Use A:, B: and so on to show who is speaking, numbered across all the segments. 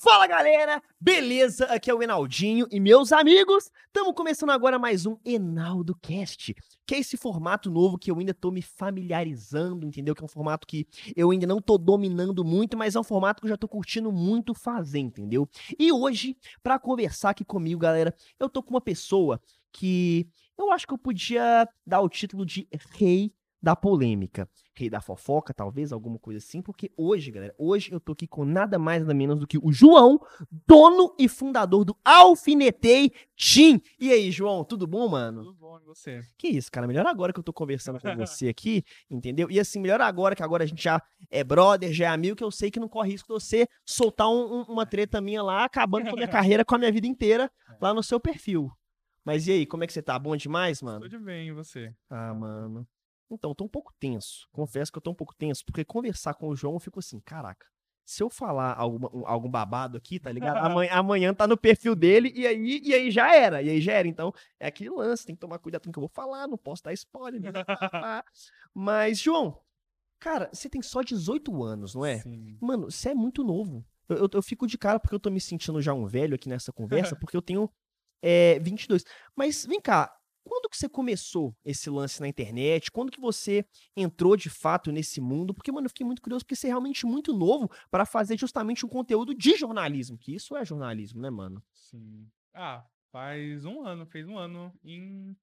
A: Fala galera, beleza? Aqui é o Enaldinho e meus amigos, estamos começando agora mais um Enaldo Cast, que é esse formato novo que eu ainda tô me familiarizando, entendeu? Que é um formato que eu ainda não tô dominando muito, mas é um formato que eu já tô curtindo muito fazer, entendeu? E hoje, para conversar aqui comigo, galera, eu tô com uma pessoa que eu acho que eu podia dar o título de rei da polêmica, rei da fofoca, talvez, alguma coisa assim, porque hoje, galera, hoje eu tô aqui com nada mais nada menos do que o João, dono e fundador do Alfinetei Team. E aí, João, tudo bom, mano?
B: Tudo bom, e você?
A: Que isso, cara, melhor agora que eu tô conversando com você aqui, entendeu? E assim, melhor agora que agora a gente já é brother, já é amigo, que eu sei que não corre risco de você soltar um- um- uma treta minha lá, acabando com a minha carreira, com a minha vida inteira, lá no seu perfil. Mas e aí, como é que você tá? Bom demais, mano?
B: Tudo bem, e você?
A: Ah, mano. Então, eu tô um pouco tenso. Confesso que eu tô um pouco tenso, porque conversar com o João eu fico assim, caraca, se eu falar alguma- um- algum babado aqui, tá ligado? Amanhã, amanhã tá no perfil dele e aí, e aí já era. E aí já era. Então, é aquele lance, tem que tomar cuidado com o que eu vou falar, não posso dar spoiler. né? Mas, João, cara, você tem só 18 anos, não é?
B: Sim.
A: Mano, você é muito novo. Eu, eu- eu fico de cara porque eu tô me sentindo já um velho aqui nessa conversa, porque eu tenho é, 22. Mas vem cá, quando que você começou esse lance na internet? Quando que você entrou de fato nesse mundo? Porque, mano, eu fiquei muito curioso, porque você é realmente muito novo pra fazer justamente um conteúdo de jornalismo, que isso é jornalismo, né, mano?
B: Sim. Ah, faz um ano, fez um ano em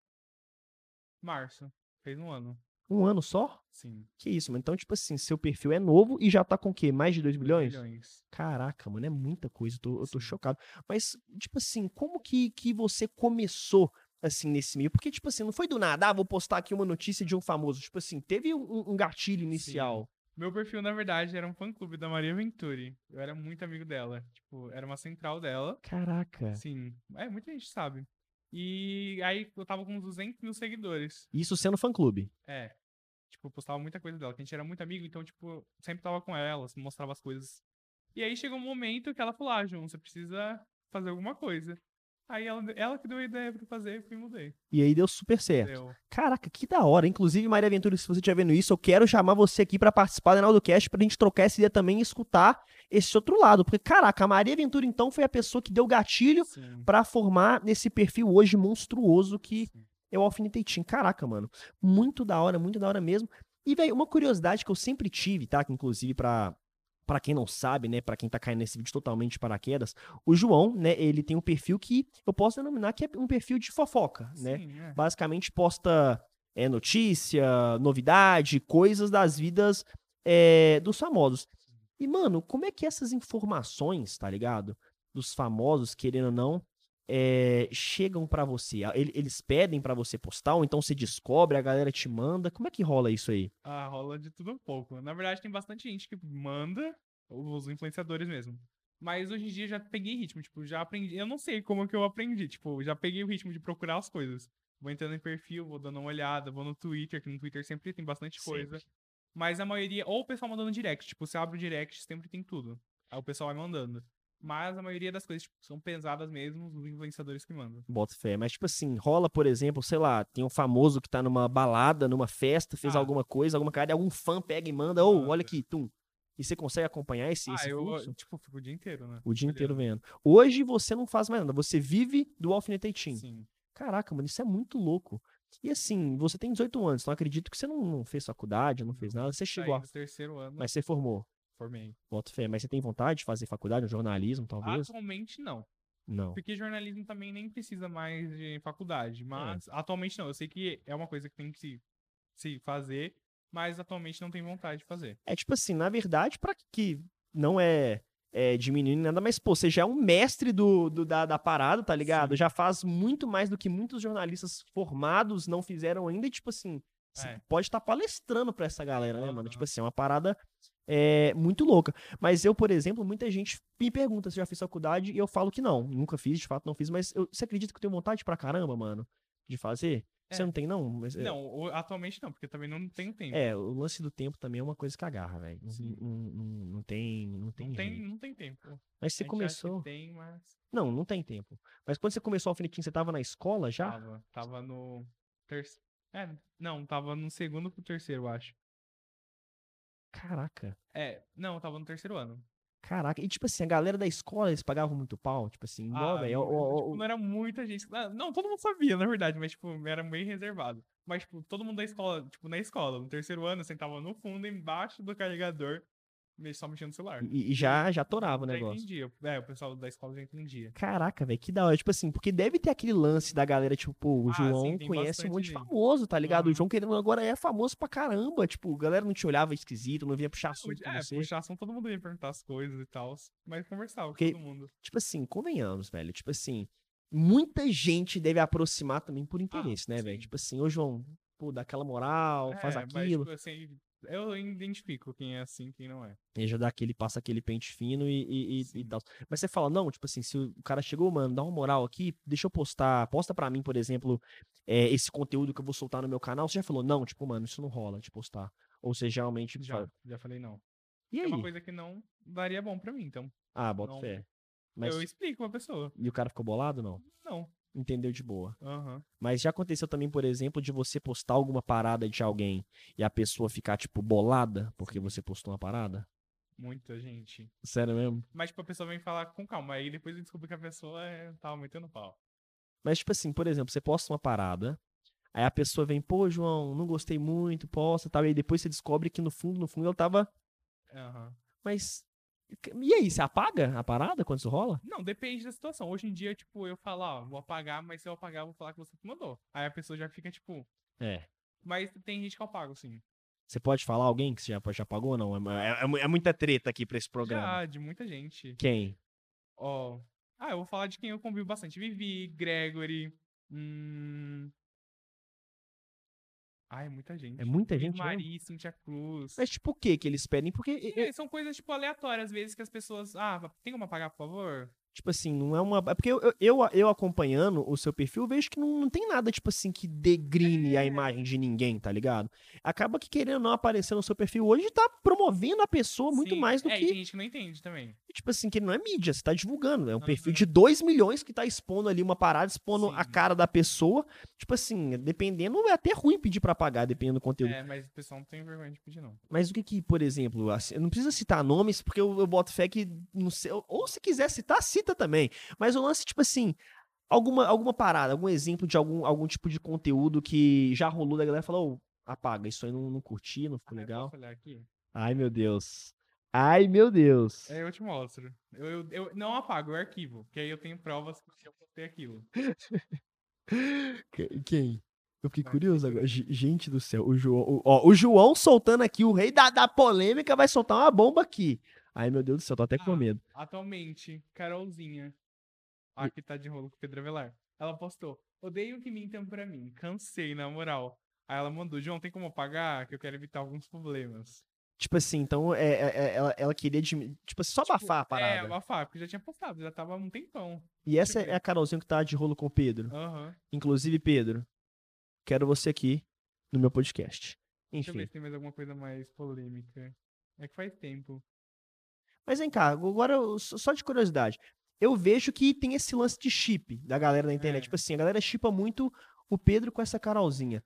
B: março. Fez um ano.
A: Um ano só?
B: Sim.
A: Que isso, mano? Então, tipo assim, seu perfil é novo e já tá com o quê? Mais de 2 milhões?
B: Milhões.
A: Caraca, mano, é muita coisa, eu tô, eu tô
B: Sim.
A: chocado. Mas, tipo assim, como que, que você começou, assim, nesse meio? Porque, tipo assim, não foi do nada, ah, vou postar aqui uma notícia de um famoso. Tipo assim, teve um, um gatilho inicial.
B: Meu perfil, na verdade, era um fã-clube da Maria Venturi. Eu era muito amigo dela. Tipo, era uma central dela.
A: Caraca.
B: Sim. É, muita gente sabe. E aí eu tava com 200 mil seguidores.
A: Isso sendo fã-clube.
B: É. Tipo, eu postava muita coisa dela, que a gente era muito amigo, então, tipo, eu sempre tava com ela, assim, mostrava as coisas. E aí chegou um momento que ela falou, ah, João, você precisa fazer alguma coisa. Aí ela, ela que deu a ideia pra eu fazer, eu fui e mudei.
A: E aí deu super certo.
B: Deu.
A: Caraca, que da hora. Inclusive, Maria Ventura, se você estiver vendo isso, eu quero chamar você aqui pra participar do Enaldo Cast pra gente trocar essa ideia também e escutar esse outro lado. Porque, caraca, a Maria Ventura, então, foi a pessoa que deu gatilho
B: Sim.
A: pra formar esse perfil hoje monstruoso que
B: Sim.
A: é o Alfinete Team. Caraca, mano. Muito da hora, muito da hora mesmo. E, velho, uma curiosidade que eu sempre tive, tá? Que inclusive pra. Pra quem não sabe, né, Pra quem tá caindo nesse vídeo totalmente de paraquedas, o João, né, ele tem um perfil que eu posso denominar que é um perfil de fofoca, né?
B: Sim, é.
A: Basicamente posta é, notícia, novidade, coisas das vidas é, dos famosos. E, mano, como é que essas informações, tá ligado? Dos famosos, querendo ou não, é, chegam pra você? Ah, ele- Eles pedem pra você postar, ou então você descobre, a galera te manda. Como é que rola isso aí?
B: Ah, rola de tudo um pouco. Na verdade, tem bastante gente que manda, os influenciadores mesmo. Mas hoje em dia já peguei ritmo, tipo, já aprendi. Eu não sei como que eu aprendi, tipo, já peguei o ritmo de procurar as coisas. Vou entrando em perfil, vou dando uma olhada, vou no Twitter, que no Twitter sempre tem bastante coisa. Mas a maioria, ou o pessoal mandando direct, tipo, você abre o direct, sempre tem tudo. Aí o pessoal vai mandando. Mas a maioria das coisas, tipo, são pesadas mesmo, os influenciadores que mandam.
A: Bota fé. Mas, tipo assim, rola, por exemplo, sei lá, tem um famoso que tá numa balada, numa festa, fez
B: Ah.
A: alguma coisa, alguma cara, e algum fã pega e manda, ou
B: Manda.
A: olha aqui, tum. E você consegue acompanhar esse,
B: ah,
A: esse
B: eu,
A: fluxo?
B: tipo, fico o dia inteiro, né?
A: O dia inteiro vendo. Hoje você não faz mais nada, você vive do alfinetetinho.
B: Sim.
A: Caraca, mano, isso é muito louco. E assim, você tem 18 anos, então acredito que você não, não fez faculdade, não fez
B: Não, tá né?
A: nada, você
B: Saí
A: chegou a...
B: do terceiro ano,
A: Mas você formou,
B: formei.
A: boto fé, mas você tem vontade de fazer faculdade, um jornalismo, talvez?
B: Atualmente não.
A: Não.
B: Porque jornalismo também nem precisa mais de faculdade.
A: É.
B: Mas atualmente não. Eu sei que é uma coisa que tem que se, se fazer, mas atualmente não tem vontade de fazer.
A: É tipo assim, na verdade, pra que não é, é diminuindo nada, mas pô, você já é um mestre do, do- da, da parada, tá ligado?
B: Sim.
A: Já faz muito mais do que muitos jornalistas formados não fizeram ainda, e tipo assim, você
B: É.
A: pode estar palestrando pra essa galera, né, mano?
B: Aham.
A: Tipo assim, é uma parada é, muito louca. Mas eu, por exemplo, muita gente me pergunta se eu já fiz faculdade e eu falo que não, nunca fiz, de fato não fiz, mas eu- você acredita que eu tenho vontade pra caramba, mano, de fazer? Você
B: É.
A: não tem, não? Mas, é-
B: Não, o- atualmente não, porque também não tem tempo.
A: é, o lance do tempo também é uma coisa que agarra, velho. Não,
B: Sim.
A: não, não- não tem, não tem,
B: não, tem,
A: jeito.
B: não tem tempo.
A: Mas você
B: A gente acha que
A: começou.
B: Tem, mas.
A: Não, não tem tempo. Mas quando você começou o alfinetinho, você tava na escola já?
B: Tava, tava no. Terceiro. É, não, tava no segundo pro terceiro, eu acho.
A: Caraca.
B: É, não, tava no terceiro ano.
A: Caraca, e tipo assim, a galera da escola, eles pagavam muito pau, tipo assim, ó,
B: Ah,
A: velho, ó,
B: não,
A: ó,
B: tipo,
A: ó,
B: não era muita gente. Ah, Não, todo mundo sabia, na verdade, mas, tipo, era meio reservado. Mas, tipo, todo mundo da escola, tipo, na escola, no terceiro ano, eu sentava no fundo, embaixo do carregador, meio só mexendo no celular.
A: e, e já, já atorava o
B: já
A: Hum, negócio.
B: entendia. É, o pessoal da escola já entendia.
A: Caraca, velho, que da hora. Tipo assim, porque deve ter aquele lance da galera, tipo, pô, o
B: Ah, sim,
A: João
B: tem
A: conhece um
B: bastante
A: monte de
B: gente.
A: famoso, tá ligado? O
B: Aham.
A: João querendo agora é famoso pra caramba. Tipo, a galera não te olhava esquisito, não vinha puxar assunto com
B: é,
A: Tá você.
B: puxar assunto, todo mundo ia perguntar as coisas e tal, mas conversava
A: Porque-
B: com todo mundo.
A: Tipo assim, convenhamos, velho. Tipo assim, muita gente deve aproximar também por interesse, né, velho?
B: Ah, sim.
A: Tipo assim, ô João, pô, dá aquela moral, faz
B: É,
A: aquilo.
B: Mas, tipo, assim, eu identifico quem é assim, quem não é.
A: E já dá aquele, passa aquele pente fino e, e, e- e
B: Sim.
A: tal. Mas você fala, não, tipo assim, se o cara chegou, mano, dá uma moral aqui, deixa eu postar, posta pra mim, por exemplo, é, esse conteúdo que eu vou soltar no meu canal. Você já falou, não, tipo, mano, isso não rola de postar. Ou você realmente.
B: Já,
A: fala,
B: já falei não.
A: E
B: É uma
A: aí?
B: coisa que não daria bom pra mim, então.
A: Ah, bota
B: não-
A: fé. Mas,
B: Eu explico pra pessoa.
A: E o cara ficou bolado, não?
B: Não.
A: Entendeu de boa.
B: Aham.
A: Mas já aconteceu também, por exemplo, de você postar alguma parada de alguém e a pessoa ficar, tipo, bolada porque você postou uma parada?
B: Muita gente.
A: Sério mesmo?
B: Mas, tipo, a pessoa vem falar com calma. Aí depois eu descubro que a pessoa é, tava metendo pau.
A: Mas, tipo assim, por exemplo, você posta uma parada, aí a pessoa vem, pô, João, não gostei muito, posta e tal. E aí depois você descobre que no fundo, no fundo, ela tava.
B: Aham.
A: Mas. E aí, você apaga a parada quando isso rola?
B: Não, depende da situação. Hoje em dia, tipo, eu falo, ó, vou apagar, mas se eu apagar, eu vou falar que você que mandou. Aí a pessoa já fica, tipo.
A: É.
B: Mas tem gente que eu apago, assim. sim.
A: Você pode falar alguém que você já, já apagou ou não? É, é- é mu- é muita treta aqui pra esse programa.
B: Já, de muita gente.
A: Quem?
B: Ó. Ah, eu vou falar de quem eu convivo bastante. Vivi, Gregory. Hum. Ai, muita gente.
A: É muita
B: Luiz
A: gente mesmo?
B: Mari, Cintia Cruz.
A: Mas, tipo, o que que eles pedem? Porque.
B: É, são coisas, tipo, aleatórias, às vezes, que as pessoas. Ah, tem como apagar, por favor?
A: Tipo assim, não é uma. É porque eu, eu, eu, eu acompanhando o seu perfil, eu vejo que não, não tem nada, tipo assim, que degrine a
B: É.
A: imagem de ninguém, tá ligado? Acaba que querendo ou não aparecer no seu perfil hoje, tá promovendo a pessoa muito
B: Sim,
A: mais do
B: é,
A: que.
B: E tem gente que não entende também.
A: Tipo assim, que não é mídia, você tá divulgando. É um
B: Aham.
A: perfil de 2 milhões que tá expondo ali uma parada, expondo a
B: Sim.
A: cara da pessoa. Tipo assim, dependendo, é até ruim pedir pra pagar, dependendo do conteúdo.
B: É, mas o pessoal não tem vergonha de pedir, não. É,
A: Mas o que que, por exemplo, assim, eu não precisa citar nomes, porque eu, eu boto fé que, não sei, ou- ou se quiser citar, cita também. Mas o lance, tipo assim, alguma, alguma parada, algum exemplo de algum, algum tipo de conteúdo que já rolou da galera falou, "Ô, apaga, isso aí não, não curti, não ficou
B: Ah, eu
A: legal.
B: Posso olhar aqui?
A: Ai, meu Deus. Ai, meu Deus.
B: É, eu te mostro. Eu, eu, eu não apago, eu arquivo. Porque aí eu tenho provas que eu postei aquilo.
A: Que- Quem? Eu fiquei
B: Vai,
A: curioso agora. Ge- Gente do céu, o João. o- ó, o João soltando aqui, o rei da, da polêmica vai soltar uma bomba aqui. Ai, meu Deus do céu, tô até com
B: Ah,
A: medo.
B: Atualmente, Carolzinha,
A: Hum.
B: a que tá de rolo com o Pedro Avelar, ela postou: Odeio que mintam pra mim, cansei, na moral. Aí ela mandou: João, tem como apagar? Que eu quero evitar alguns problemas.
A: Tipo assim, então é, é- é- ela, ela queria dimi- tipo, só abafar a parada.
B: É, abafar, porque já tinha postado, já tava há um tempão.
A: E essa
B: tipo
A: é a Carolzinha que tá de rolo com o Pedro.
B: Aham.
A: Inclusive, Pedro, quero você aqui no meu podcast.
B: Deixa eu ver
A: Enfim.
B: se tem mais alguma coisa mais polêmica. É que faz tempo.
A: Mas vem cá, agora eu- só só de curiosidade. Eu vejo que tem esse lance de chip da galera na internet.
B: É.
A: Tipo assim, a galera chipa muito o Pedro com essa Carolzinha.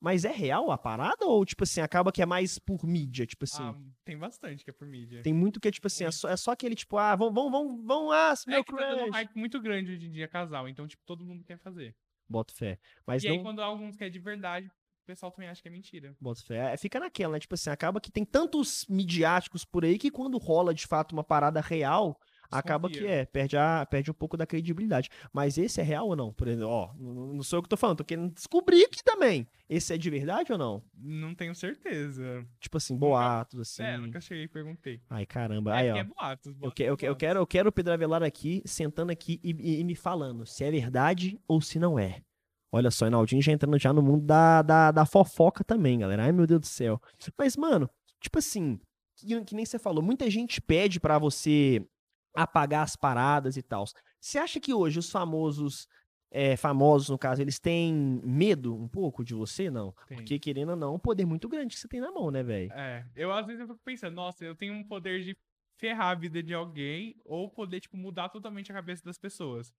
A: Mas é real a parada? Ou, tipo assim, acaba que é mais por mídia? Tipo assim,
B: Ah, tem bastante que é por mídia.
A: tem muito que é, tipo assim, é
B: muito.
A: só, é só aquele tipo, ah, vão, vão, vão, vão, ah, meu
B: é que tá dando um
A: crush.
B: hype muito grande hoje em dia casal, então, tipo, todo mundo quer fazer.
A: Boto fé. Mas
B: e
A: não...
B: aí, quando alguns quer de verdade, o pessoal também acha que é mentira.
A: Boto fé. É, Fica naquela, né? Tipo assim, acaba que tem tantos midiáticos por aí que quando rola de fato uma parada real, acaba que
B: Desconfia.
A: é, perde, a, perde um pouco da credibilidade. Mas esse é real ou não? Por exemplo, ó, n- não sou eu que tô falando, tô querendo descobrir aqui também. Esse é de verdade ou não?
B: Não tenho certeza.
A: Tipo assim, boatos, assim.
B: É, nunca cheguei e perguntei.
A: Ai, caramba.
B: é,
A: Aí,
B: porque
A: ó.
B: é boatos,
A: Eu,
B: boatos,
A: que- eu, que- eu
B: boatos.
A: quero, eu quero o Pedro Avelar aqui, sentando aqui e, e- e me falando se é verdade ou se não é. Olha só, Enaldinho já entrando já no mundo da, da, da fofoca também, galera. Ai, meu Deus do céu. Mas, mano, tipo assim, que, que nem você falou, muita gente pede pra você apagar as paradas e tal. Você acha que hoje os famosos, é, famosos no caso, eles têm medo um pouco de você? Não.
B: Tem.
A: Porque, querendo ou não, é um poder muito grande que você tem na mão, né, velho?
B: É, eu às vezes eu fico pensando, nossa, eu tenho um poder de ferrar a vida de alguém ou poder, tipo, mudar totalmente a cabeça das pessoas.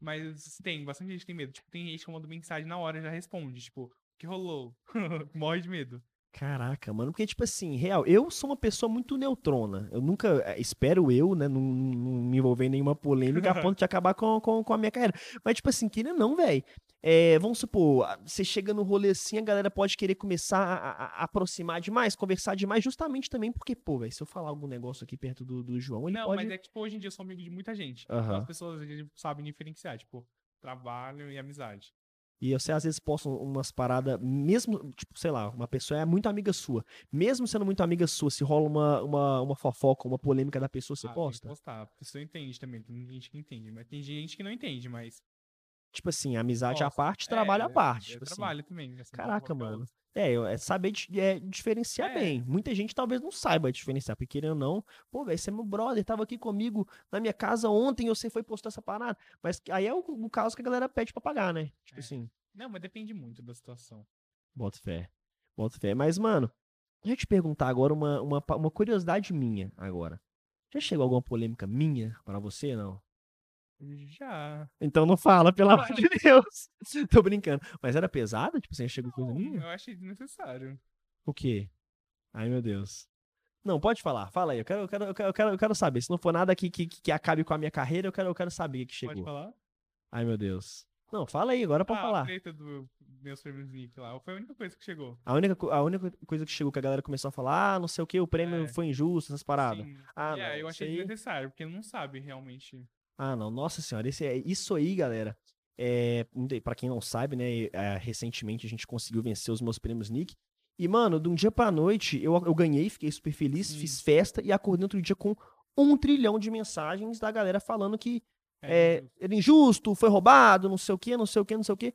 B: Mas tem, bastante gente que tem medo. Tipo, tem gente que manda mensagem na hora e já responde, tipo, o que rolou? Morre de medo.
A: Caraca, mano, porque, tipo assim, real, eu sou uma pessoa muito neutrona. Eu nunca, eh, espero eu, né, não, não me envolver em nenhuma polêmica a ponto de acabar com, com, com a minha carreira. Mas, tipo assim, queria não, velho. É, vamos supor, a- você chega no rolê assim, a galera pode querer começar a, a- a aproximar demais, conversar demais, justamente também porque, pô, velho, se eu falar algum negócio aqui perto do, do João, ele
B: Não,
A: pode...
B: mas é que, tipo, hoje em dia eu sou amigo de muita gente. Então
A: Aham.
B: as pessoas às vezes, sabem diferenciar, tipo, trabalho e amizade.
A: E você às vezes posta umas paradas, mesmo, tipo, sei lá, uma pessoa é muito amiga sua. Mesmo sendo muito amiga sua, se rola uma, uma, uma fofoca, uma polêmica da pessoa, você
B: Ah, tem que
A: posta?
B: postar. A pessoa entende também. Tem gente que entende, mas tem gente que não entende, mas.
A: Tipo assim, amizade à
B: Posto.
A: parte, trabalho à
B: é,
A: parte.
B: é
A: tipo assim.
B: trabalho também. assim,
A: Caraca,
B: qualquer
A: mano.
B: outro.
A: É, eu- é saber di- é, diferenciar
B: É.
A: bem. Muita gente talvez não saiba diferenciar, porque querendo ou não, pô, velho, você é meu brother, tava aqui comigo na minha casa ontem, e você foi postar essa parada. Mas aí é o, o caso que a galera pede pra pagar, né? Tipo
B: É.
A: assim.
B: Não, mas depende muito da situação.
A: Boto fé. Boto fé. Mas, mano, deixa eu te perguntar agora uma, uma, pa- uma curiosidade minha agora. Já chegou alguma polêmica minha pra você, não?
B: Já.
A: Então não fala, pelo amor de Deus. Tô brincando. Mas era pesada? Tipo, você chegou coisa
B: Bom,
A: minha?
B: eu achei desnecessário.
A: O quê? Ai, meu Deus. Não, pode falar. Fala aí. Eu quero, eu quero, eu quero, eu quero, eu quero saber. Se não for nada que, que, que acabe com a minha carreira, eu quero, eu quero saber que
B: Pode
A: chegou.
B: falar?
A: Ai, meu Deus. Não, fala aí, agora pode
B: ah,
A: falar.
B: a treta do meus prêmios Nick lá. Foi a única coisa que chegou.
A: A única, co- a única coisa que chegou que a galera começou a falar, ah, não sei o que, o prêmio
B: É.
A: foi injusto, essas paradas.
B: Sim.
A: Ah,
B: é,
A: não,
B: eu
A: isso
B: achei
A: aí-
B: desnecessário, porque não sabe realmente.
A: Ah, não. Nossa senhora, esse, é- isso aí, galera. É, para quem não sabe, né? é, recentemente a gente conseguiu vencer os meus prêmios Nick. E, mano, de um dia pra noite, eu, eu ganhei, fiquei super feliz,
B: Hum.
A: fiz festa e acordei outro dia com um trilhão de mensagens da galera falando que
B: É,
A: é, era injusto, foi roubado, não sei o quê, não sei o quê, não sei o quê.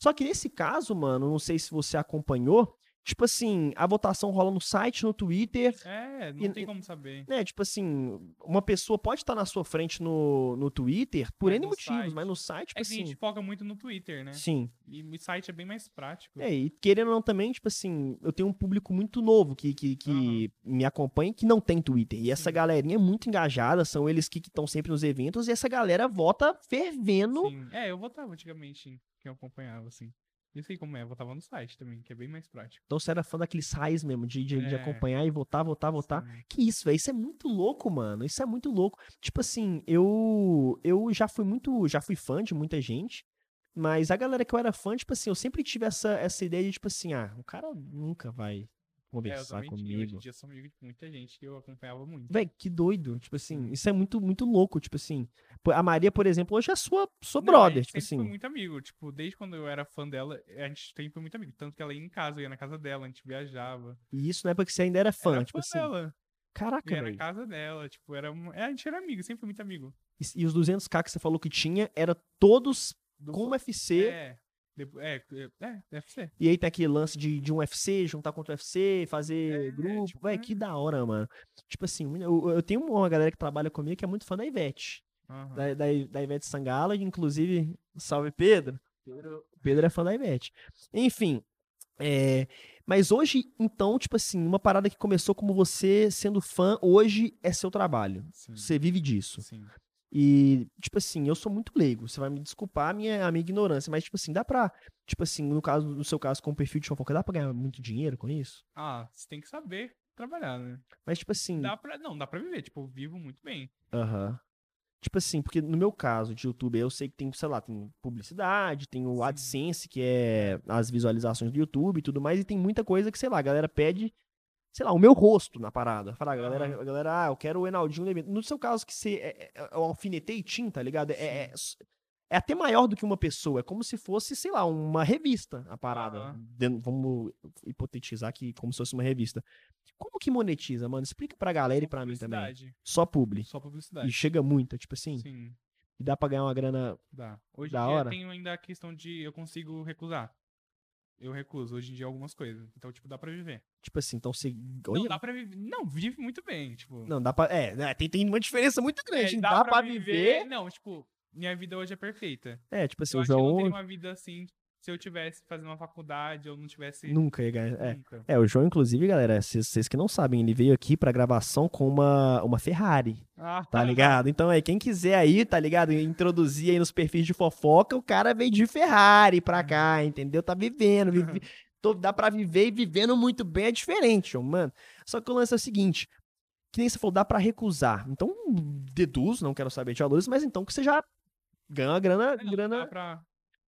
A: Só que nesse caso, mano, não sei se você acompanhou, tipo assim, a votação rola no site, no Twitter,
B: é não
A: e-
B: tem
A: e-
B: como saber.
A: né, tipo assim, uma pessoa pode estar na sua frente no, no Twitter por
B: Mas
A: N
B: É, no
A: motivos,
B: site.
A: mas no site, tipo
B: É que a
A: assim.
B: gente foca muito no Twitter, né?
A: Sim.
B: E o site é bem mais prático.
A: É, e querendo ou não também, tipo assim, eu tenho um público muito novo que, que, que me acompanha e que não tem Twitter. E essa
B: Sim.
A: galerinha é muito engajada, são eles que estão sempre nos eventos e essa galera vota fervendo.
B: Sim. É, eu votava antigamente em quem eu acompanhava, assim. Eu sei como é, eu votava no site também, que é bem mais prático.
A: Então você era fã daqueles raiz mesmo, de, de, de
B: É.
A: acompanhar e votar, votar, votar.
B: Sim.
A: Que isso, velho? Isso é muito louco, mano. Isso é muito louco. Tipo assim, eu eu já fui muito, já fui fã de muita gente, mas a galera que eu era fã, tipo assim, eu sempre tive essa essa ideia de tipo assim, ah, o cara nunca vai
B: É, eu
A: conversar
B: também tinha. Hoje em
A: comigo.
B: dia eu sou amigo de muita gente que eu acompanhava muito.
A: Véi, que doido. Tipo
B: Uhum.
A: assim, isso é muito muito louco, tipo assim. pô, A Maria, por exemplo, hoje é sua sua
B: Não,
A: brother,
B: a gente
A: tipo
B: sempre foi
A: assim.
B: muito amigo. Tipo, desde quando eu era fã dela, a gente sempre foi muito amigo. Tanto que ela ia em casa, eu ia na casa dela, a gente viajava.
A: E isso na época que você ainda era fã,
B: era
A: tipo
B: fã
A: assim.
B: dela.
A: Caraca,
B: Eu era na
A: velho.
B: casa dela, tipo, era. um- é, a gente era amigo, sempre foi muito amigo.
A: E, e os 200k que você falou que tinha, era todos
B: Do-
A: com UFC.
B: É. depo- É, é, é, deve ser.
A: E aí tem aquele lance de, de um UFC, juntar contra o UFC, fazer
B: É,
A: grupo.
B: tipo,
A: Véi,
B: é.
A: que da hora, mano. Tipo assim, eu, eu tenho uma galera que trabalha comigo que é muito fã da Ivete.
B: Aham.
A: Da, da, da Ivete Sangala, e inclusive, salve Pedro. Pedro, Pedro é fã da Ivete. Enfim. é, mas hoje, então, tipo assim, uma parada que começou como você sendo fã, hoje é seu trabalho.
B: Sim.
A: Você vive disso.
B: Sim.
A: E, tipo assim, eu sou muito leigo. Você vai me desculpar a minha, a minha ignorância, mas, tipo assim, dá pra. Tipo assim, no caso, no seu caso, com o perfil de fofoca, dá pra ganhar muito dinheiro com isso?
B: Ah, você tem que saber trabalhar, né?
A: Mas, tipo assim.
B: Dá pra, não, dá pra viver, tipo, eu vivo muito bem.
A: Aham. Tipo assim, porque no meu caso de YouTube, eu sei que tem, sei lá, tem publicidade, tem o
B: Sim.
A: AdSense, que é as visualizações do YouTube e tudo mais, e tem muita coisa que, sei lá, a galera pede, sei lá, o meu rosto na parada. Fala, a galera,
B: Aham.
A: a galera, ah, eu quero o Enaldinho no evento. No seu caso, que você é, é, é o alfinetetim, tá ligado? É, é, é s- é até maior do que uma pessoa, é como se fosse, sei lá, uma revista a parada.
B: Aham.
A: Dentro- vamos hipotetizar que como se fosse uma revista. Como que monetiza, mano? Explica pra galera e
B: Só
A: pra mim também.
B: publicidade,
A: Só publi.
B: Só
A: E
B: publicidade.
A: chega muito, tipo assim,
B: Sim,
A: e dá pra ganhar uma grana.
B: dá. Hoje
A: Da
B: em dia
A: hora.
B: eu tenho ainda a questão de eu consigo recusar. Eu recuso hoje em dia algumas coisas. Então, tipo, dá pra viver.
A: Tipo assim, então você.
B: Não,
A: Olha-
B: dá pra viver. Não, vive muito bem, tipo.
A: não, dá pra. É, né, tem, tem uma diferença muito
B: é,
A: grande. hein? dá, pra viver.
B: Não, tipo, minha vida hoje é perfeita.
A: É, tipo assim,
B: eu
A: o
B: acho que eu não
A: João
B: teria uma vida assim se eu tivesse fazendo uma faculdade ou não tivesse
A: nunca ia ganhar. É.
B: nunca.
A: É, o João, inclusive, galera, vocês vocês que não sabem, ele veio aqui pra gravação com uma, uma Ferrari,
B: Ah,
A: tá ligado? Então aí, quem quiser aí, tá ligado?
B: Uhum.
A: Introduzir aí nos perfis de fofoca, o cara veio de Ferrari pra cá, entendeu? Tá vivendo, vive- Tô, dá pra viver e vivendo muito bem é diferente, ô, mano. Só que o lance é o seguinte: que nem você falou, dá pra recusar. Então, deduzo, não quero saber de valores, mas então que você já ganha uma grana,
B: É, não,
A: grana,
B: dá pra-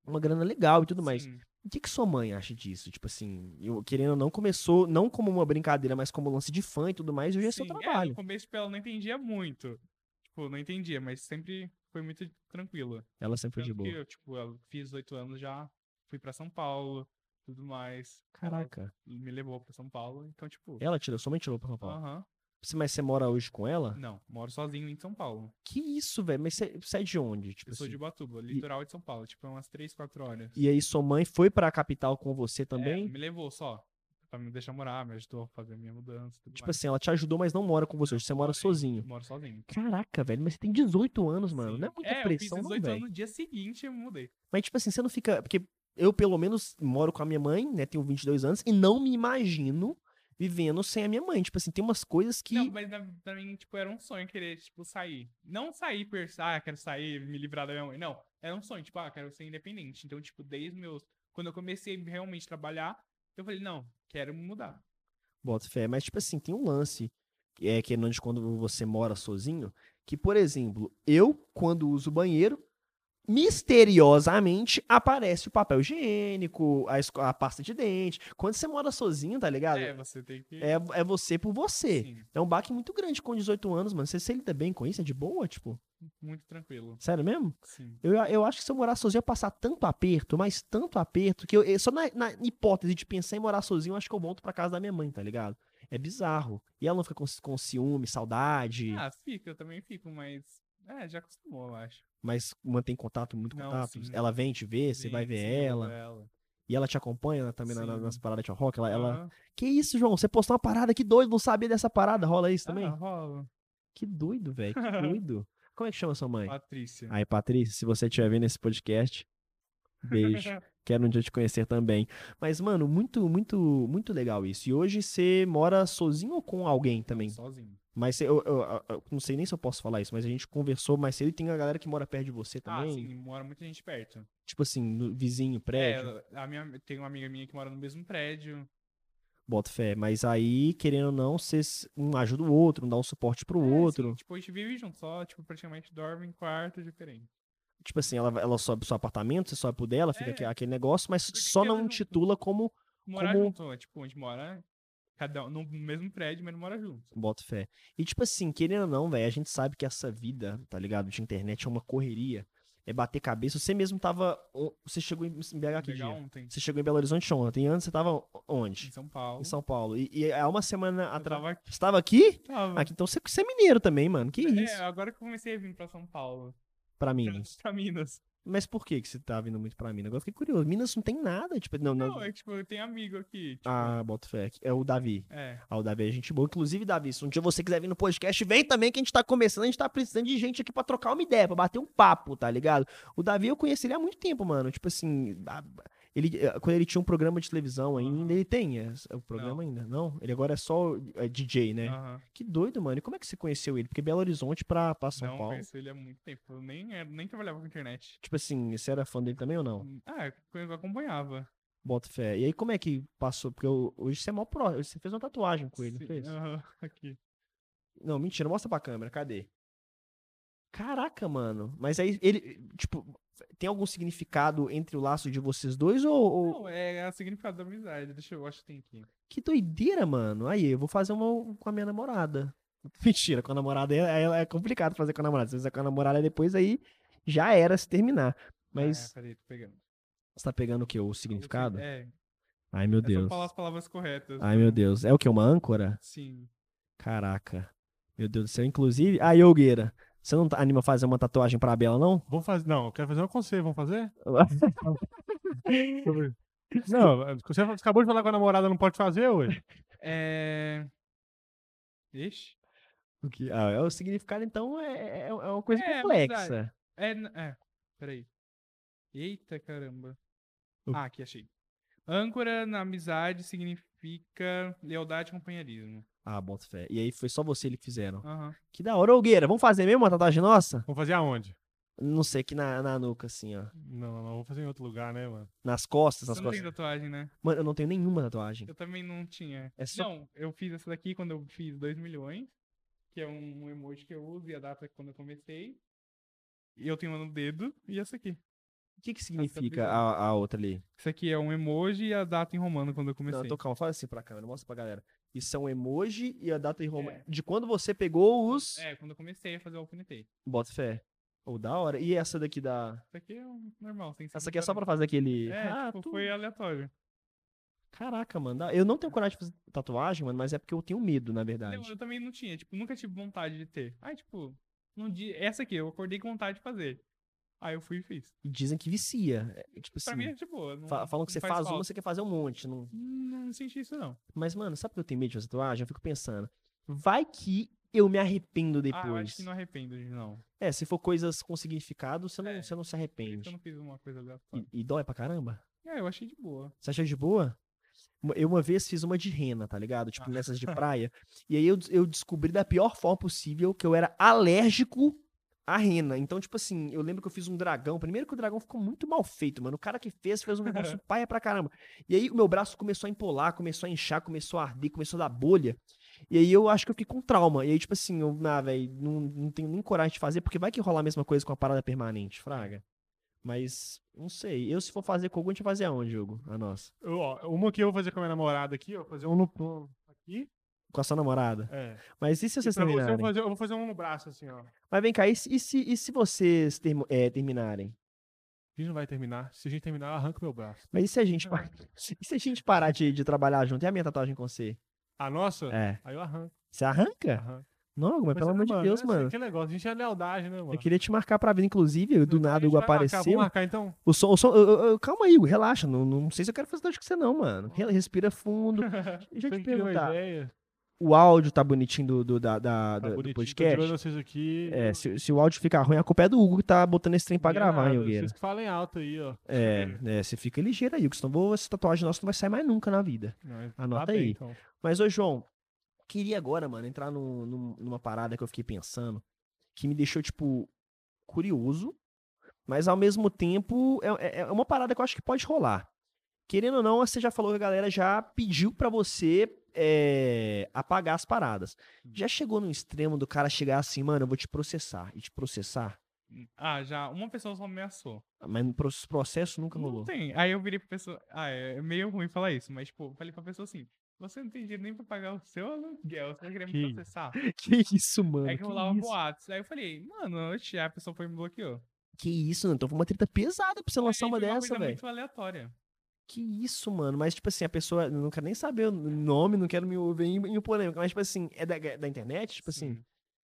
A: uma grana legal e tudo mais.
B: sim.
A: O que, que sua mãe acha disso? Tipo assim, eu, querendo ou não, começou não como uma brincadeira, mas como lance de fã e tudo mais, e hoje é seu
B: Sim, no
A: trabalho.
B: começo, tipo, ela não entendia muito. Tipo, não entendia, mas sempre foi muito tranquilo.
A: Ela sempre foi de
B: Tanto que
A: boa.
B: eu, tipo, eu fiz oito anos já, fui pra São Paulo, tudo mais. Ela
A: Caraca.
B: Me levou pra São Paulo, então, tipo...
A: Ela tirou, sua mãe tirou pra São Paulo.
B: Aham.
A: Você- Ah. Mas você mora hoje com ela?
B: Não, moro sozinho em São Paulo.
A: Que isso, velho? Mas você, você é de onde? Tipo
B: Eu sou
A: assim?
B: de Ubatuba, litoral de São Paulo. Tipo, é umas três, quatro horas.
A: E aí sua mãe foi pra capital com você
B: É,
A: também?
B: me levou só. Pra me deixar morar, me ajudou a fazer minha mudança. e Tudo
A: Tipo
B: mais.
A: assim, ela te ajudou, mas não mora com você, hoje você mora
B: Moro aí,
A: sozinho.
B: Moro sozinho.
A: Caraca, velho, mas você tem 18 anos, mano.
B: Sim.
A: Não é muita
B: é,
A: pressão,
B: eu
A: não,
B: fiz 18
A: velho.
B: anos no dia seguinte eu mudei.
A: Mas, tipo assim, você não fica. Porque eu, pelo menos, moro com a minha mãe, né? Tenho 22 anos, e não me imagino vivendo sem a minha mãe. Tipo assim, tem umas coisas que.
B: Não, mas na, pra mim, tipo, era um sonho querer, tipo, sair. Não sair por, ah, quero sair, me livrar da minha mãe. Não, era um sonho, tipo, ah, quero ser independente. Então, tipo, desde meus... Quando eu comecei realmente a trabalhar, eu falei, não, quero me mudar.
A: Bota fé. Mas, tipo assim, tem um lance. É que é onde quando você mora sozinho. Que, por exemplo, eu, quando uso o banheiro, misteriosamente aparece o papel higiênico, a, esco- a pasta de dente. Quando você mora sozinho, tá ligado?
B: É, você tem que...
A: É, é você por você.
B: Sim,
A: É um baque muito grande com 18 anos, mano. Você, você lida bem com isso? É de boa, tipo?
B: muito tranquilo.
A: Sério mesmo?
B: Sim.
A: Eu, eu acho que se eu morar sozinho, eu ia passar tanto aperto, mas tanto aperto, que eu, eu- só na, na hipótese de pensar em morar sozinho, eu acho que eu volto pra casa da minha mãe, tá ligado? É bizarro. E ela não fica com, com ciúme, saudade,
B: Ah, fica, eu também fico, mas... É, já acostumou, eu acho.
A: mas mantém contato, muito
B: Não,
A: contato.
B: sim.
A: Ela vem te ver, você vai
B: Sim,
A: ver
B: sim, eu vou
A: ela.
B: ver ela.
A: E ela te acompanha né, também na- na-
B: Sim.
A: nas paradas de rock. Ela, ela-
B: Aham.
A: Que isso, João? Você postou uma parada, que doido, não sabia dessa parada. Rola isso também?
B: Ah, rola.
A: Que doido, velho, que doido. Como é que chama sua mãe?
B: Patrícia.
A: Aí, Patrícia, se você estiver vendo esse podcast, beijo. Quero um dia te conhecer também. Mas, mano, muito, muito, muito legal isso. E hoje você mora sozinho ou com alguém também?
B: Sozinho.
A: Mas você- eu, eu- eu- eu não sei nem se eu posso falar isso, mas a gente conversou mais cedo e tem a galera que mora perto de você
B: Ah,
A: também.
B: sim, mora muita gente perto.
A: Tipo assim, no vizinho,
B: É,
A: prédio,
B: a minha, tem uma amiga minha que mora no mesmo prédio.
A: bota fé. Mas aí, querendo ou não, vocês um ajuda o outro, um dá um suporte pro
B: É,
A: outro.
B: assim, tipo, a gente vive junto, só, tipo, praticamente dorme em quarto diferente.
A: Tipo assim, ela, ela sobe pro seu apartamento, você sobe pro dela, fica
B: É.
A: aque- aquele negócio, mas
B: Fica
A: só
B: inteiro
A: não
B: junto.
A: titula como
B: Morar
A: Como-
B: junto, é, tipo, a gente mora cada um no mesmo prédio, mas não mora junto.
A: Boto fé. E tipo assim, querendo ou não, velho, a gente sabe que essa vida, tá ligado, de internet é uma correria. É bater cabeça. Você mesmo tava. on- Você chegou em em BH que
B: Pegar um.
A: dia?
B: ontem,
A: Você chegou em Belo Horizonte ontem. Antes você tava
B: em
A: onde?
B: São Paulo.
A: Em São Paulo. E, e há uma semana
B: Eu
A: atrás.
B: tava aqui.
A: Você tava aqui?
B: Tava.
A: Aqui, então você, você é mineiro também, mano. Que
B: É,
A: isso?
B: agora que eu comecei a vir pra São Paulo.
A: Pra
B: pra-
A: Minas.
B: Pra Minas.
A: Mas por que, que você tá vindo muito pra Minas? Agora eu fiquei curioso. Minas não tem nada. Tipo, não, não.
B: Não, é que, tipo, eu tenho amigo aqui. Tipo,
A: Ah, boto fé. É o Davi.
B: É.
A: Ah, o Davi é gente boa. Inclusive, Davi, se um dia você quiser vir no podcast, vem também que a gente tá começando, a gente tá precisando de gente aqui pra trocar uma ideia, pra bater um papo, tá ligado? O Davi eu conheci ele há muito tempo, mano. Tipo assim, a- ele, eh, quando ele tinha um programa de televisão ainda, ele tem esse- o programa
B: Não.
A: ainda, não? Ele agora é só eh, DJ, né?
B: Aham.
A: Que doido, mano. E como é que você conheceu ele? Porque Belo Horizonte pra, pra São
B: não
A: Paulo.
B: conheço ele há muito tempo. Eu nem, era- nem trabalhava com internet.
A: Tipo assim, você era fã dele também ou não?
B: Ah, eu acompanhava.
A: Bota fé. E aí, como é que passou? Porque eu- hoje você é mó pró. Você fez uma tatuagem com ele, não
B: Sim,
A: fez?
B: aham, aqui.
A: Não, mentira, mostra pra câmera, cadê? Caraca, mano. Mas aí ele, tipo, tem algum significado entre o laço de vocês dois ou. ou-
B: Não, é o significado da amizade. Deixa eu, acho que tem aqui.
A: Que doideira, mano. Aí, eu vou fazer uma um com a minha namorada. Mentira, com a namorada é, é- é complicado fazer com a namorada. Se fizer com a namorada depois, aí já era se terminar. Mas
B: Ah, peraí, tô pegando.
A: você tá pegando o quê? O significado?
B: É, é
A: Ai, meu
B: só
A: Deus.
B: falar as palavras corretas.
A: Ai, meu Deus. É o quê? Uma âncora?
B: Sim.
A: Caraca. Meu Deus do céu. Inclusive. Ah, Yogueira. Você não tá- anima a fazer uma tatuagem pra Bela, não?
C: Vamos fazer. Não, eu quero fazer uma com você. Vamos fazer? Sobre- Não, você acabou de falar que a namorada não pode fazer hoje.
B: É. Ixi.
A: O que- ah, é, o significado, então, é, é- é uma coisa
B: É,
A: complexa.
B: É, n- é. Peraí. Eita caramba.
A: O-
B: Ah, aqui achei. Âncora na amizade significa lealdade e companheirismo.
A: Ah, bota fé. E aí foi só você e ele que fizeram.
B: Aham.
A: Que da hora, Olgueira. Vamos fazer mesmo uma tatuagem nossa?
C: Vamos fazer aonde?
A: Não sei, aqui na, na nuca, assim, ó.
C: Não, não, vou fazer em outro lugar, né, mano?
A: Nas costas, nas
B: Você não tem
A: costas.
B: tatuagem, né?
A: Mano, eu não tenho nenhuma tatuagem.
B: Eu também não tinha.
A: É só-
B: Não, eu fiz essa daqui quando eu fiz 2 milhões, que é um emoji que eu uso e a data quando eu comecei. E eu tenho uma no dedo e essa aqui.
A: O que que significa
B: tatuagem.
A: a, a outra ali?
B: Isso aqui é um emoji e a data em romano quando eu comecei.
A: Não, tô calma. Fala assim pra câmera, mostra pra galera. Isso é um emoji e a data em Roma.
B: É.
A: De quando você pegou os...
B: É, quando eu comecei a fazer o alfinetei.
A: Bota fé. Ou da hora. E essa daqui da...
B: Isso aqui é um normal, sem
A: Essa aqui é só pra fazer aquele...
B: É,
A: Ah,
B: tipo,
A: tu-
B: foi aleatório.
A: Caraca, mano. dá- Eu não tenho coragem de fazer tatuagem, mano, mas é porque eu tenho medo, na
B: Não,
A: verdade.
B: eu também não tinha, tipo, nunca tive vontade de ter. Aí, tipo, num dia, essa aqui, eu acordei com vontade de fazer. Aí eu fui e fiz.
A: E dizem que vicia. É, tipo
B: Pra
A: assim,
B: mim é de boa. Não,
A: fa- falam que você
B: não
A: faz, uma,
B: falta. Hum,
A: você quer fazer um monte. Não...
B: Não senti isso, não.
A: Mas, mano, sabe que eu tenho medo de fazer tatuagem? Eu fico pensando, vai que eu me arrependo
B: Ah, eu acho
A: depois.
B: que não arrependo, de não.
A: É, se for coisas com significado, você não,
B: É.
A: você não se
B: Por isso que
A: arrepende.
B: eu não fiz uma coisa aleatória.
A: E, e dói pra caramba?
B: É, eu achei de boa.
A: Você achou de boa? Uma- Eu uma vez fiz uma de rena, tá ligado? Tipo, nessas de praia. E aí eu, des- eu descobri da pior forma possível que eu era alérgico à rena. Então, tipo assim, eu lembro que eu fiz um dragão. Primeiro que o dragão ficou muito mal feito, mano. O cara que fez, fez um negócio paia pra caramba. E aí o meu braço começou a empolar, começou a inchar, começou a arder, começou a dar bolha. E aí eu acho que eu fiquei com trauma. E aí, tipo assim, eu, ah, velho, não, não tenho nem coragem de fazer, porque vai que rolar a mesma coisa com a parada permanente, fraga. Mas, não sei. Eu, se for fazer com algum, a gente vai fazer aonde, Hugo? A nossa.
C: Eu, ó, uma que eu vou fazer com a minha namorada aqui, ó. Fazer um no. no- aqui.
A: Com a sua namorada.
C: É.
A: Mas e se né? vocês
C: Pra você, eu, vou
A: terminarem?
C: fazer, eu vou fazer um no braço, assim, ó. A
A: Mas vem cá, e se, e se, e se vocês termo- é, terminarem?
C: gente não vai terminar. Se a gente terminar, eu arranco meu braço.
A: Mas e se a gente,
C: Ah.
A: par- e se a gente parar de, de trabalhar junto? E a minha tatuagem com você?
C: A nossa?
A: É.
C: Aí eu arranco.
A: Você arranca?
C: arranco.
A: Não, mas
C: Mas,
A: pelo amor de
C: mano,
A: Deus,
C: é assim,
A: mano.
C: Que negócio. A gente é lealdade, né, mano?
A: Eu queria te marcar pra vida, inclusive. Do nada o Hugo
C: Então Vai marcar, Vamos
A: apareceu.
C: tá marcar, então.
A: O som, o som. eu- eu- eu- calma aí, Hugo, relaxa. Não, não sei se eu quero fazer tatuagem com você, não, mano. Re- Respira fundo. Deixa eu
C: Tem
A: te
C: que ter uma
A: perguntar.
C: ideia.
A: O áudio tá bonitinho do, do, da, da-
C: Tá
A: do- do
C: bonitinho, Tô de olho
A: podcast?
C: em vocês aqui.
A: É, se, se o áudio ficar ruim, a culpa é do Hugo que tá botando esse trem pra
C: Não é
A: gravar, hein,
C: nada,
A: Hugueira?
C: Vocês que falem alto aí, ó.
A: É,
B: Uhum.
A: é, você fica ligeiro aí, Hugo, senão vou- essa tatuagem nossa não vai sair mais nunca na vida.
C: Não,
A: Anota
C: tá bem,
A: aí.
C: então.
A: Mas, ô João, queria agora, mano, entrar num- num- numa parada que eu fiquei pensando, que me deixou, tipo, curioso, mas ao mesmo tempo é, é- é uma parada que eu acho que pode rolar. Querendo ou não, você já falou que a galera já pediu pra você é, apagar as paradas.
B: Hum.
A: Já chegou no extremo do cara chegar assim, mano, eu vou te processar, e te processar?
B: Ah, já. Uma pessoa só me ameaçou.
A: Mas no pro- processo nunca
B: Não
A: rolou.
B: tem. Aí eu virei pra pessoa. Ah, é meio ruim falar isso, mas, tipo, eu falei pra pessoa assim: você não tem dinheiro nem pra pagar o seu aluguel, você vai querer me
C: Que-
B: processar.
A: Que isso, mano?
B: É que rolava
A: isso?
B: boatos. Aí eu falei, mano, oxi, aí a pessoa foi e me bloqueou.
A: Que isso, né? Então foi uma treta pesada pra você lançar
B: Aí
A: uma
B: É, foi
A: dessa,
B: coisa
A: velho. Tipo
B: muito aleatória.
A: Que isso, mano. Mas, tipo assim, a pessoa eu não quer nem saber o nome, não quero me ouvir em, em polêmica. Mas, tipo assim, é da, da internet? Tipo assim,
B: Sim.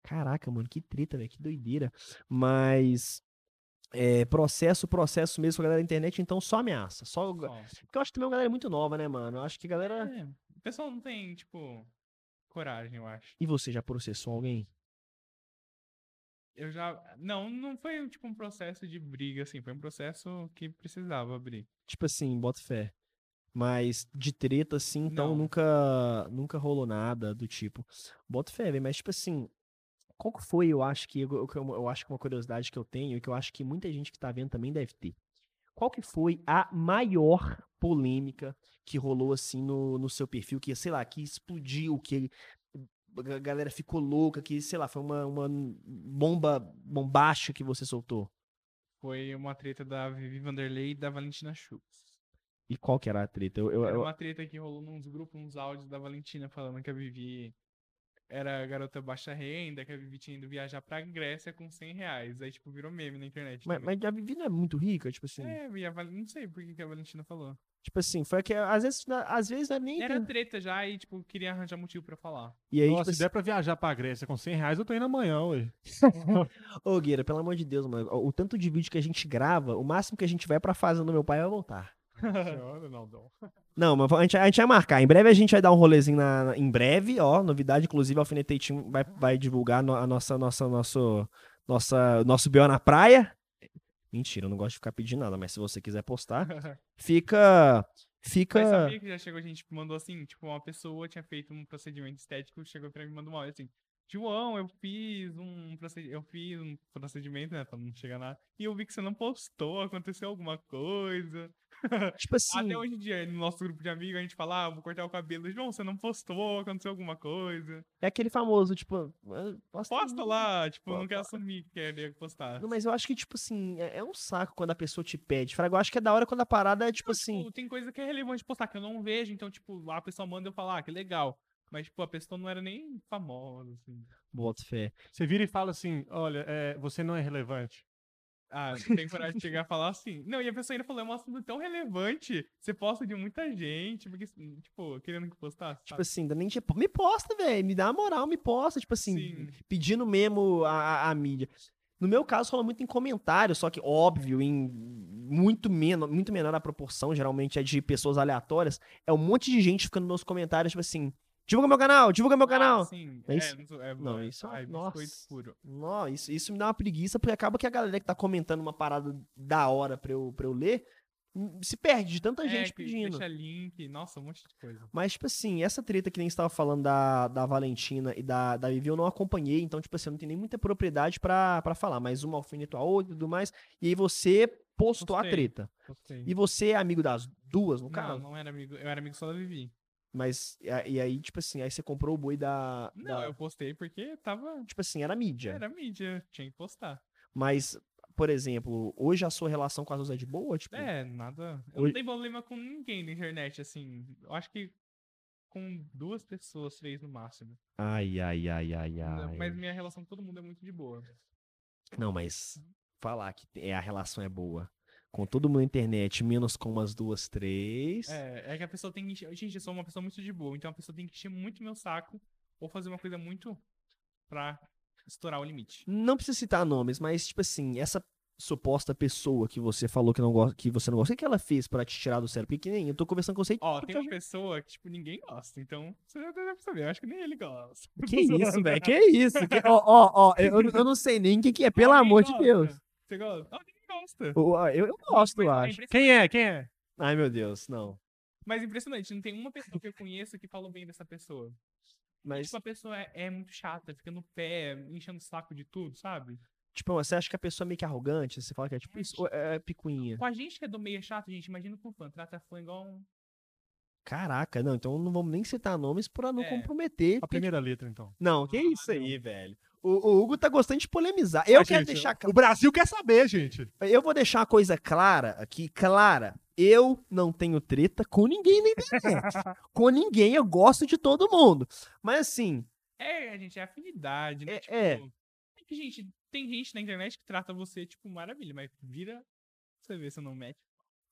A: caraca, mano, que treta, velho, que doideira. Mas. É, processo, processo mesmo com a galera da internet, então só ameaça. Só... Porque
B: Ó,
A: eu acho que também é uma galera muito nova, né, mano? Eu acho que a galera.
B: é, o pessoal não tem, tipo, coragem, eu acho.
A: E você já processou alguém?
B: Eu já. Não, não foi tipo um processo de briga, assim. Foi um processo que precisava abrir.
A: Tipo assim, bota fé. Mas de treta, assim, então
B: Não.
A: nunca nunca rolou nada do tipo. Bota fé, velho. Mas, tipo assim, qual que foi, eu acho que, eu, eu- eu acho que uma curiosidade que eu tenho e que eu acho que muita gente que tá vendo também deve ter. Qual que foi a maior polêmica que rolou, assim, no, no seu perfil? Que, sei lá, que explodiu, que a galera ficou louca, que, sei lá, foi uma, uma bomba bombástica que você soltou.
B: Foi uma treta da Vivi Vanderlei e da Valentina Schultz.
A: E qual que era a treta? Eu, eu,
B: Era
A: eu-
B: uma treta que rolou nos grupos, uns áudios da Valentina falando que a Vivi era a garota baixa renda, que a Vivi tinha ido viajar pra Grécia com 100 reais. Aí, tipo, virou meme na internet.
A: Mas,
B: também.
A: mas a Vivi não é muito rica, tipo assim.
B: É, e a Val... não sei por que que a Valentina falou.
A: Tipo assim, foi que às vezes, na- às vezes não é nem.
B: Era
A: tem-
B: treta já e, tipo, queria arranjar motivo pra falar.
A: E aí,
C: Nossa, se
A: tipo
C: der pra viajar pra Grécia com 100 reais, eu tô indo amanhã, hoje.
A: assim, ô Gueira, pelo amor de Deus, mano, o o tanto de vídeo que a gente grava, o máximo que a gente vai pra fazenda do meu pai é voltar.
C: não, não.
A: Não, mas a gente, a gente vai marcar. Em breve a gente vai dar um rolezinho na, na- em breve, ó. Novidade, inclusive, a Alfinetei Team vai, vai divulgar no- a nossa, nossa, nosso, nossa, nosso BO na praia. Mentira, eu não gosto de ficar pedindo nada, mas se você quiser postar, fica. Fica.
B: Mas sabia que já chegou gente que mandou assim, tipo, uma pessoa tinha feito um procedimento estético, chegou pra mim e mandou uma áudio assim. João, eu fiz um procedimento, eu fiz um procedimento, né, pra não chegar nada. E eu vi que você não postou, aconteceu alguma coisa.
A: Tipo assim.
B: Até hoje em dia, no nosso grupo de amigos, a gente fala, ah, vou cortar o cabelo. João, você não postou, aconteceu alguma coisa.
A: É aquele famoso, tipo. "Ah,
B: Posta lá, tipo,
A: Pô,
B: não quer
A: pô.
B: assumir que queria postar.
A: Não, mas eu acho que, tipo assim, é é um saco quando a pessoa te pede. Fraga, eu acho que é da hora quando a parada é, tipo assim.
B: Tipo, tem coisa que é relevante postar, que eu não vejo, então, tipo, lá a pessoa manda eu falar, ah, que legal. Mas, tipo, a pessoa não era nem famosa, assim.
A: Bota fé.
C: Você vira e fala assim: olha, é, você não é relevante.
B: Ah, tem coragem de chegar e falar assim. Não, e a pessoa ainda falou, é um assunto tão relevante, você posta de muita gente, porque, tipo, querendo que postasse,
A: Tipo
B: sabe?
A: assim, ainda nem tipo, me posta, velho. Me dá uma moral, me posta. Tipo assim,
B: Sim.
A: pedindo mesmo a, a- a mídia. No meu caso, rola muito em comentário, só que óbvio, em muito menor, muito menor a proporção, geralmente é de pessoas aleatórias. É um monte de gente ficando nos meus comentários, tipo assim, divulga meu canal, divulga meu
B: Ah,
A: canal.
B: sim,
A: É
B: é,
A: isso?
B: não sou- é,
A: Não,
B: é-
A: isso é-
B: ai,
A: nossa.
B: biscoito puro.
A: Nó, isso, isso me dá uma preguiça, porque acaba que a galera que tá comentando uma parada da hora pra eu, pra eu ler, hum, se perde de tanta
B: É,
A: gente
B: que
A: pedindo.
B: Deixa link, nossa, um monte de coisa.
A: Mas, tipo assim, essa treta que nem você tava falando da, da Valentina e da, da Vivi, eu não acompanhei, então, tipo assim, eu não tenho nem muita propriedade pra pra falar, mas uma alfinetou a outra e tudo mais, e aí você postou a
B: Postei.
A: treta.
B: Gostei.
A: E você é amigo das duas, no
B: Não,
A: caso?
B: não era amigo, eu era amigo só da Vivi.
A: Mas, e a- e aí, tipo assim, aí você comprou o boi da...
B: Não,
A: da-
B: eu postei porque tava,
A: Tipo assim, era mídia.
B: era mídia, tinha que postar.
A: Mas, por exemplo, hoje a sua relação com as duas é de boa? Tipo,
B: É, nada. Eu
A: Hoje-
B: não tenho problema com ninguém na internet, assim. Eu acho que com duas pessoas, três no máximo.
A: Ai, ai, ai, ai, ai.
B: Mas minha relação com todo mundo é muito de boa.
A: Não, mas falar que é, a relação é boa com todo mundo na internet, menos com umas duas, três.
B: É, é que a pessoa tem que encher. Gente, eu sou uma pessoa muito de boa, então a pessoa tem que encher muito meu saco ou fazer uma coisa muito pra estourar o limite.
A: Não precisa citar nomes, mas, tipo assim, essa suposta pessoa que você falou que, não gosta, que você não gosta, o que que ela fez pra te tirar do sério? Porque que nem eu tô conversando com você. e-
B: Ó, tem um uma pessoa que, tipo, ninguém gosta, então você já deve saber, eu acho que nem ele gosta.
A: Que isso, velho? Que isso? Que- Ó, ó, ó, eu, eu não sei nem o que, que é, pelo
B: Alguém
A: amor de
B: gosta?
A: Deus.
B: Você gosta? Alguém gosta.
A: Eu, eu- eu gosto,
B: Mas
A: eu
B: é
A: acho.
B: impressionante.
C: Quem é? Quem é?
A: Ai, meu Deus, não.
B: Mas impressionante, não tem uma pessoa que eu conheço que falou bem dessa pessoa.
A: Mas,
B: Tipo, a pessoa é, é muito chata, fica no pé, enchendo o saco de tudo, sabe?
A: tipo, você acha que a pessoa é meio que arrogante? Você fala que é tipo isso? Ou é picuinha?
B: Com a gente que é do meio chato, gente, imagina com fã, trata fã igual um.
A: Caraca, não, então não vamos nem citar nomes pra não
B: É.
A: comprometer.
C: A
A: porque-
C: primeira letra, então.
A: Não, que
B: Ah,
A: isso aí, velho. O, o Hugo tá gostando de polemizar. Eu
C: Ah,
A: quero
C: gente,
A: deixar. cla-
C: O Brasil quer saber, gente.
A: Eu vou deixar uma coisa clara aqui, clara. Eu não tenho treta com ninguém na internet. com ninguém, eu gosto de todo mundo. Mas assim,
B: É, gente, é afinidade, né?
A: É,
B: tipo,
A: é.
B: é que, gente, tem gente na internet que trata você, tipo, maravilha, mas vira. Você vê se não mete.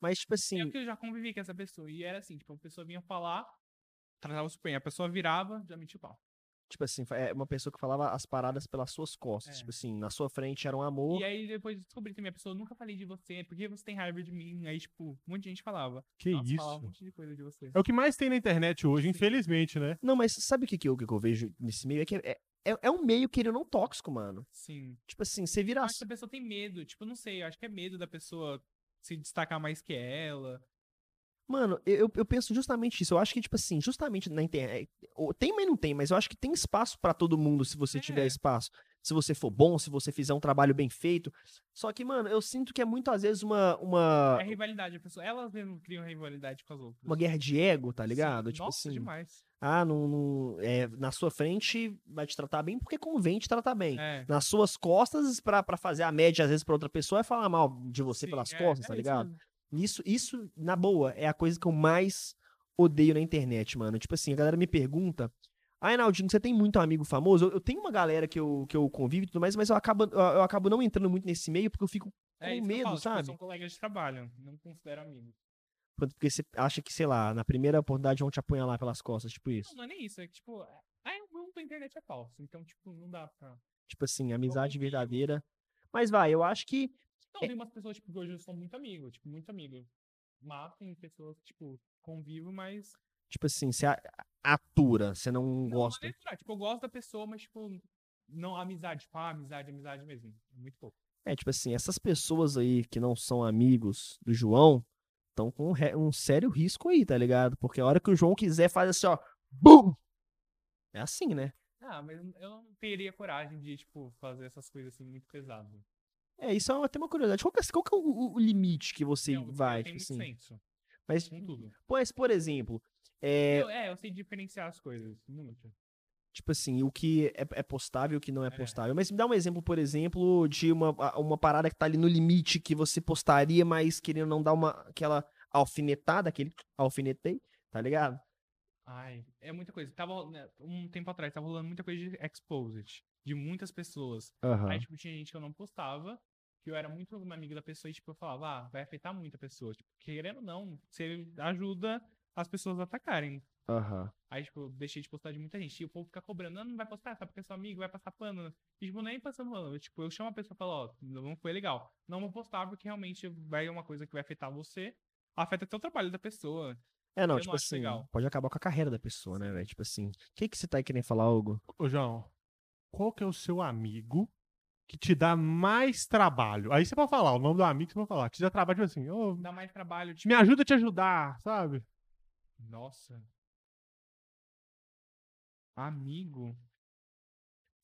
A: mas tipo
B: É
A: assim,
B: porque eu já convivi com essa pessoa. E era assim, tipo, a pessoa vinha falar, tratava super bem. A pessoa virava, já metia o pau.
A: tipo assim, é uma pessoa que falava as paradas pelas suas costas.
B: É.
A: Tipo assim, na sua frente era um amor.
B: E aí depois eu descobri também, a pessoa nunca falei de você, por que você tem raiva de mim? Aí, tipo, um monte de gente falava.
C: Que
B: Nossa, falava um
C: isso.
B: monte de coisa de você.
C: É o que mais tem na internet hoje, infelizmente, né?
A: Não, mas sabe o que, que, eu, que eu vejo nesse meio? É que é, é, é um meio que ele não tóxico, mano.
B: Sim.
A: Tipo assim, você
B: Eu
A: vira.
B: acho que a pessoa tem medo. Tipo, não sei, eu acho que é medo da pessoa se destacar mais que ela.
A: Mano, eu, eu- eu penso justamente isso. Eu acho que, tipo assim, justamente na internet. ou- Tem, mas não tem, mas eu acho que tem espaço pra todo mundo se você tiver
B: É.
A: espaço. Se você for bom, se você fizer um trabalho bem feito. Só que, mano, eu sinto que é muito, às vezes, uma, uma,
B: É rivalidade, a pessoa. Elas mesmo criam rivalidade com as outras.
A: uma guerra de ego, tá
B: Sim,
A: ligado? tipo
B: nossa,
A: assim,
B: demais.
A: ah, não, não- é, na sua frente vai te tratar bem porque convém te tratar bem.
B: É.
A: Nas suas costas, pra, pra fazer a média, às vezes, pra outra pessoa, é falar mal de você
B: sim,
A: pelas
B: é,
A: costas,
B: é
A: tá
B: isso
A: ligado?
B: mesmo.
A: Isso, isso, na boa, é a coisa que eu mais odeio na internet, mano. Tipo assim, a galera me pergunta. Ah, Reinaldinho, você tem muito amigo famoso? Eu, eu tenho uma galera que eu, que eu convivo e tudo mais, mas eu acabo, eu, eu acabo não entrando muito nesse meio porque eu fico.
B: É
A: com
B: isso que eu
A: medo,
B: falo, tipo,
A: sabe?
B: são colegas de trabalho, não considero amigos.
A: Porque você acha que, sei lá, na primeira oportunidade vão te apunhalar pelas costas, tipo
B: Não,
A: isso.
B: não é nem isso, é que, tipo, é- ah, o mundo da internet é falso, então, tipo, não dá pra.
A: Tipo assim, amizade
B: confio.
A: verdadeira. Mas vai, eu acho que.
B: Não,
A: É.
B: tem umas pessoas, tipo, que hoje eu sou muito amigo, tipo, muito amigo. Matem pessoas, tipo, convivo, mas
A: Tipo assim, você a- atura, você não,
B: Não, não
A: gosta.
B: é natural. Tipo, eu gosto da pessoa, mas, tipo, não amizade. Tipo, ah, amizade, amizade mesmo. É muito pouco.
A: É, tipo assim, essas pessoas aí que não são amigos do João estão com um, re- um sério risco aí, tá ligado? Porque a hora que o João quiser, faz assim, ó. BUM! É assim, né?
B: Ah, mas eu não- eu não teria coragem de, tipo, fazer essas coisas assim muito pesadas.
A: É, isso é uma- até uma curiosidade. Qual que é, qual que é o, o limite que você
B: Eu-
A: vai,
B: eu
A: tipo
B: tenho
A: assim?
B: muito senso
A: Mas,
B: com tudo.
A: pois, por exemplo, é,
B: Eu- é, eu sei diferenciar as coisas. Muito.
A: tipo assim, o que é, é postável e o que não é
B: É.
A: postável. Mas me dá um exemplo, por exemplo, de uma, a- uma parada que tá ali no limite que você postaria, mas querendo não dar uma aquela alfinetada, aquele alfinetei, tá ligado?
B: Ai, é muita coisa. Tava, ro- né, um tempo atrás, tava rolando muita coisa de Exposed, de muitas pessoas. Aí, tipo, tinha gente que eu não postava, que eu era muito amigo da pessoa e, tipo, eu falava, ah, vai afetar muito a pessoa. Tipo, querendo ou não, você ajuda as pessoas a atacarem.
A: Aham.
B: Aí, tipo, eu deixei de postar de muita gente. E o povo fica cobrando, ah, não vai postar, sabe porque é seu amigo, vai passar pano. E, tipo, nem passando pano. Eu, Tipo, eu chamo a pessoa e falo, ó, não foi legal. Não vou postar porque realmente vai uma coisa que vai afetar você. Afeta até o trabalho da pessoa.
A: É, não,
B: Eu não
A: tipo
B: acho
A: assim,
B: legal.
A: pode acabar com a carreira da pessoa, né, velho? Tipo assim, o que que você tá aí querendo falar, Hugo?
C: Ô, João, qual que é o seu amigo que te dá mais trabalho? Aí você pode falar, o nome do amigo você pode falar. Que te dá trabalho, tipo assim, ô,
B: Dá mais trabalho, tipo,
C: me ajuda a te ajudar, sabe?
B: nossa. Amigo.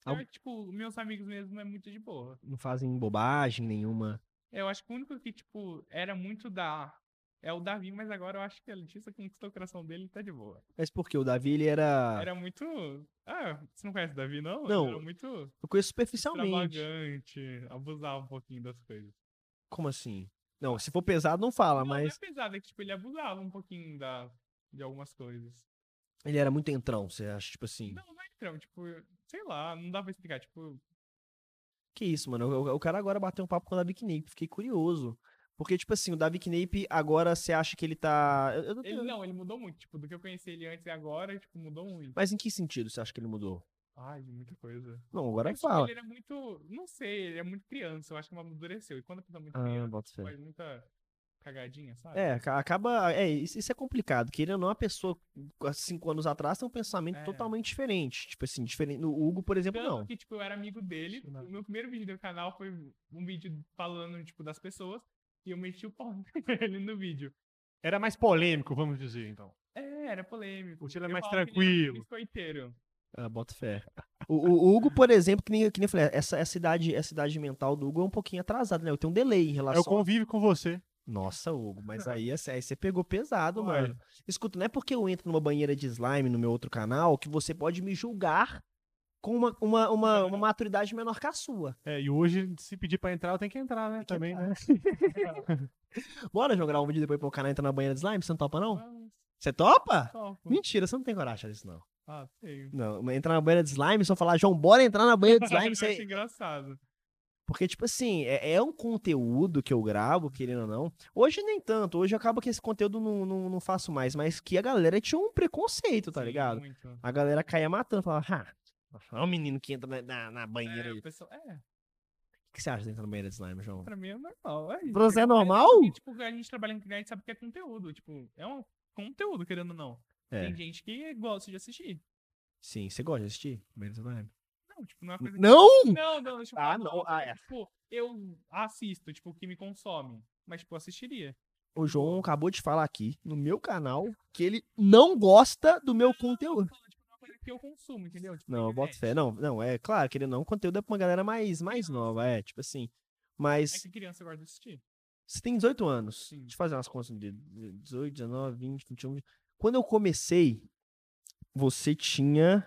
A: Al-
B: Pior que, tipo, meus amigos mesmo é muito de boa.
A: Não fazem bobagem nenhuma.
B: É, Eu acho que o único que, tipo, era muito da. É o Davi, mas agora eu acho que a Letícia conquistou o coração dele e tá de boa.
A: Mas por quê? O Davi, ele era.
B: Era muito. Ah, você não conhece o Davi, não? Ele
A: Não.
B: Era muito
A: Eu conheço superficialmente.
B: extravagante, abusava um pouquinho das coisas.
A: Como assim? Não, se for pesado, não fala,
B: Não, não
A: Ah, mas
B: é pesado, é que tipo, ele abusava um pouquinho da, de algumas coisas.
A: ele era muito entrão, você acha, tipo assim.
B: Não, não é então, tipo, sei lá, não dá pra explicar. Tipo,
A: Que isso, mano. O, o cara agora bateu um papo com o Davi Knape. Fiquei curioso. Porque, tipo assim, o Davi Knape agora você acha que ele tá. eu- eu não
B: ele
A: tenho-
B: não, ele mudou muito. Tipo, do que eu conheci ele antes e agora, tipo, mudou muito.
A: Mas em que sentido você acha que ele mudou?
B: Ai, de muita coisa.
A: Não, agora
B: É que, tipo,
A: fala.
B: Ele era muito. Não sei, ele é muito criança, eu acho que amadureceu. E quando a pessoa é muito
A: Ah,
B: criança,
A: bota fé.
B: faz muita cagadinha, sabe?
A: É, ca- acaba. É, isso isso é complicado. Querendo ou não, a pessoa há cinco anos atrás tem um pensamento
B: É.
A: totalmente diferente. Tipo assim, diferente. O Hugo, por exemplo,
B: Tanto
A: não.
B: que, tipo, eu era amigo dele.
C: Isso não.
B: O meu primeiro vídeo do canal foi um vídeo falando, tipo, das pessoas. E eu meti o pau nele no vídeo.
C: Era mais polêmico, vamos dizer, então.
B: É, era polêmico.
C: O estilo é
B: Eu
C: mais
B: falava que ele era um
C: tranquilo.
B: Biscoiteiro.
A: Ah, bota fé. O, o- o Hugo, por exemplo, que nem, que nem eu falei, essa, essa, idade, essa idade mental do Hugo é um pouquinho atrasada, né? Eu tenho um delay em
C: É o
A: relação.
C: convívio com você.
A: Nossa, Hugo, mas aí, assim, aí você pegou pesado,
C: Olha.
A: mano. Escuta, não é porque eu entro numa banheira de slime no meu outro canal que você pode me julgar com uma, uma, uma, uma maturidade menor que a sua.
C: É, e hoje, se pedir pra entrar, eu tenho que entrar, né? também. né?
A: Bora jogar um vídeo depois pro canal entrar na banheira de slime? Você não topa, não?
B: Mas,
A: Você topa?
B: topo.
A: Mentira, você não tem coragem disso, não.
B: Ah, tenho.
A: Não, mas entrar na banheira de slime, só falar, João, bora entrar na banheira de slime,
B: Eu
A: você...
B: acho engraçado.
A: Porque, tipo assim, é, é um conteúdo que eu gravo, querendo ou não. Hoje nem tanto, hoje acaba que esse conteúdo não, não, não faço mais, mas que a galera tinha um preconceito, tá
B: Sim,
A: ligado?
B: muito.
A: A galera caía matando, falava, ah, olha o menino que entra na, na, na banheira
B: É,
A: aí.
B: o pessoal- é,
A: O que você acha de entrar na banheira de slime, João?
B: pra mim é normal. É isso.
A: Pra você é normal?
B: E, tipo, a gente trabalha na internet sabe que é conteúdo. Tipo, é um conteúdo, querendo ou não.
A: É,
B: Tem gente que gosta de assistir.
A: sim. Você gosta de assistir? Banheira de slime?
B: Não, tipo, não é uma coisa
A: Não!
B: Não, não, deixa eu
A: Ah,
B: falar,
A: não, ah, é.
B: Tipo, eu assisto, tipo, o que me consome. Mas, tipo, eu assistiria.
A: O João acabou de falar aqui, no meu canal, que ele não gosta do meu
B: Eu
A: conteúdo.
B: falo, tipo, é uma coisa que eu consumo, entendeu? Tipo,
A: Não, eu boto fé. Não, não, é claro, querendo ou não, o conteúdo é pra uma galera mais, mais nova, é, tipo assim. Mas.
B: É que criança gosta de assistir.
A: Você tem 18 anos.
B: Sim.
A: Deixa eu fazer umas contas de 18, 19, 20, 21. Quando eu comecei, você tinha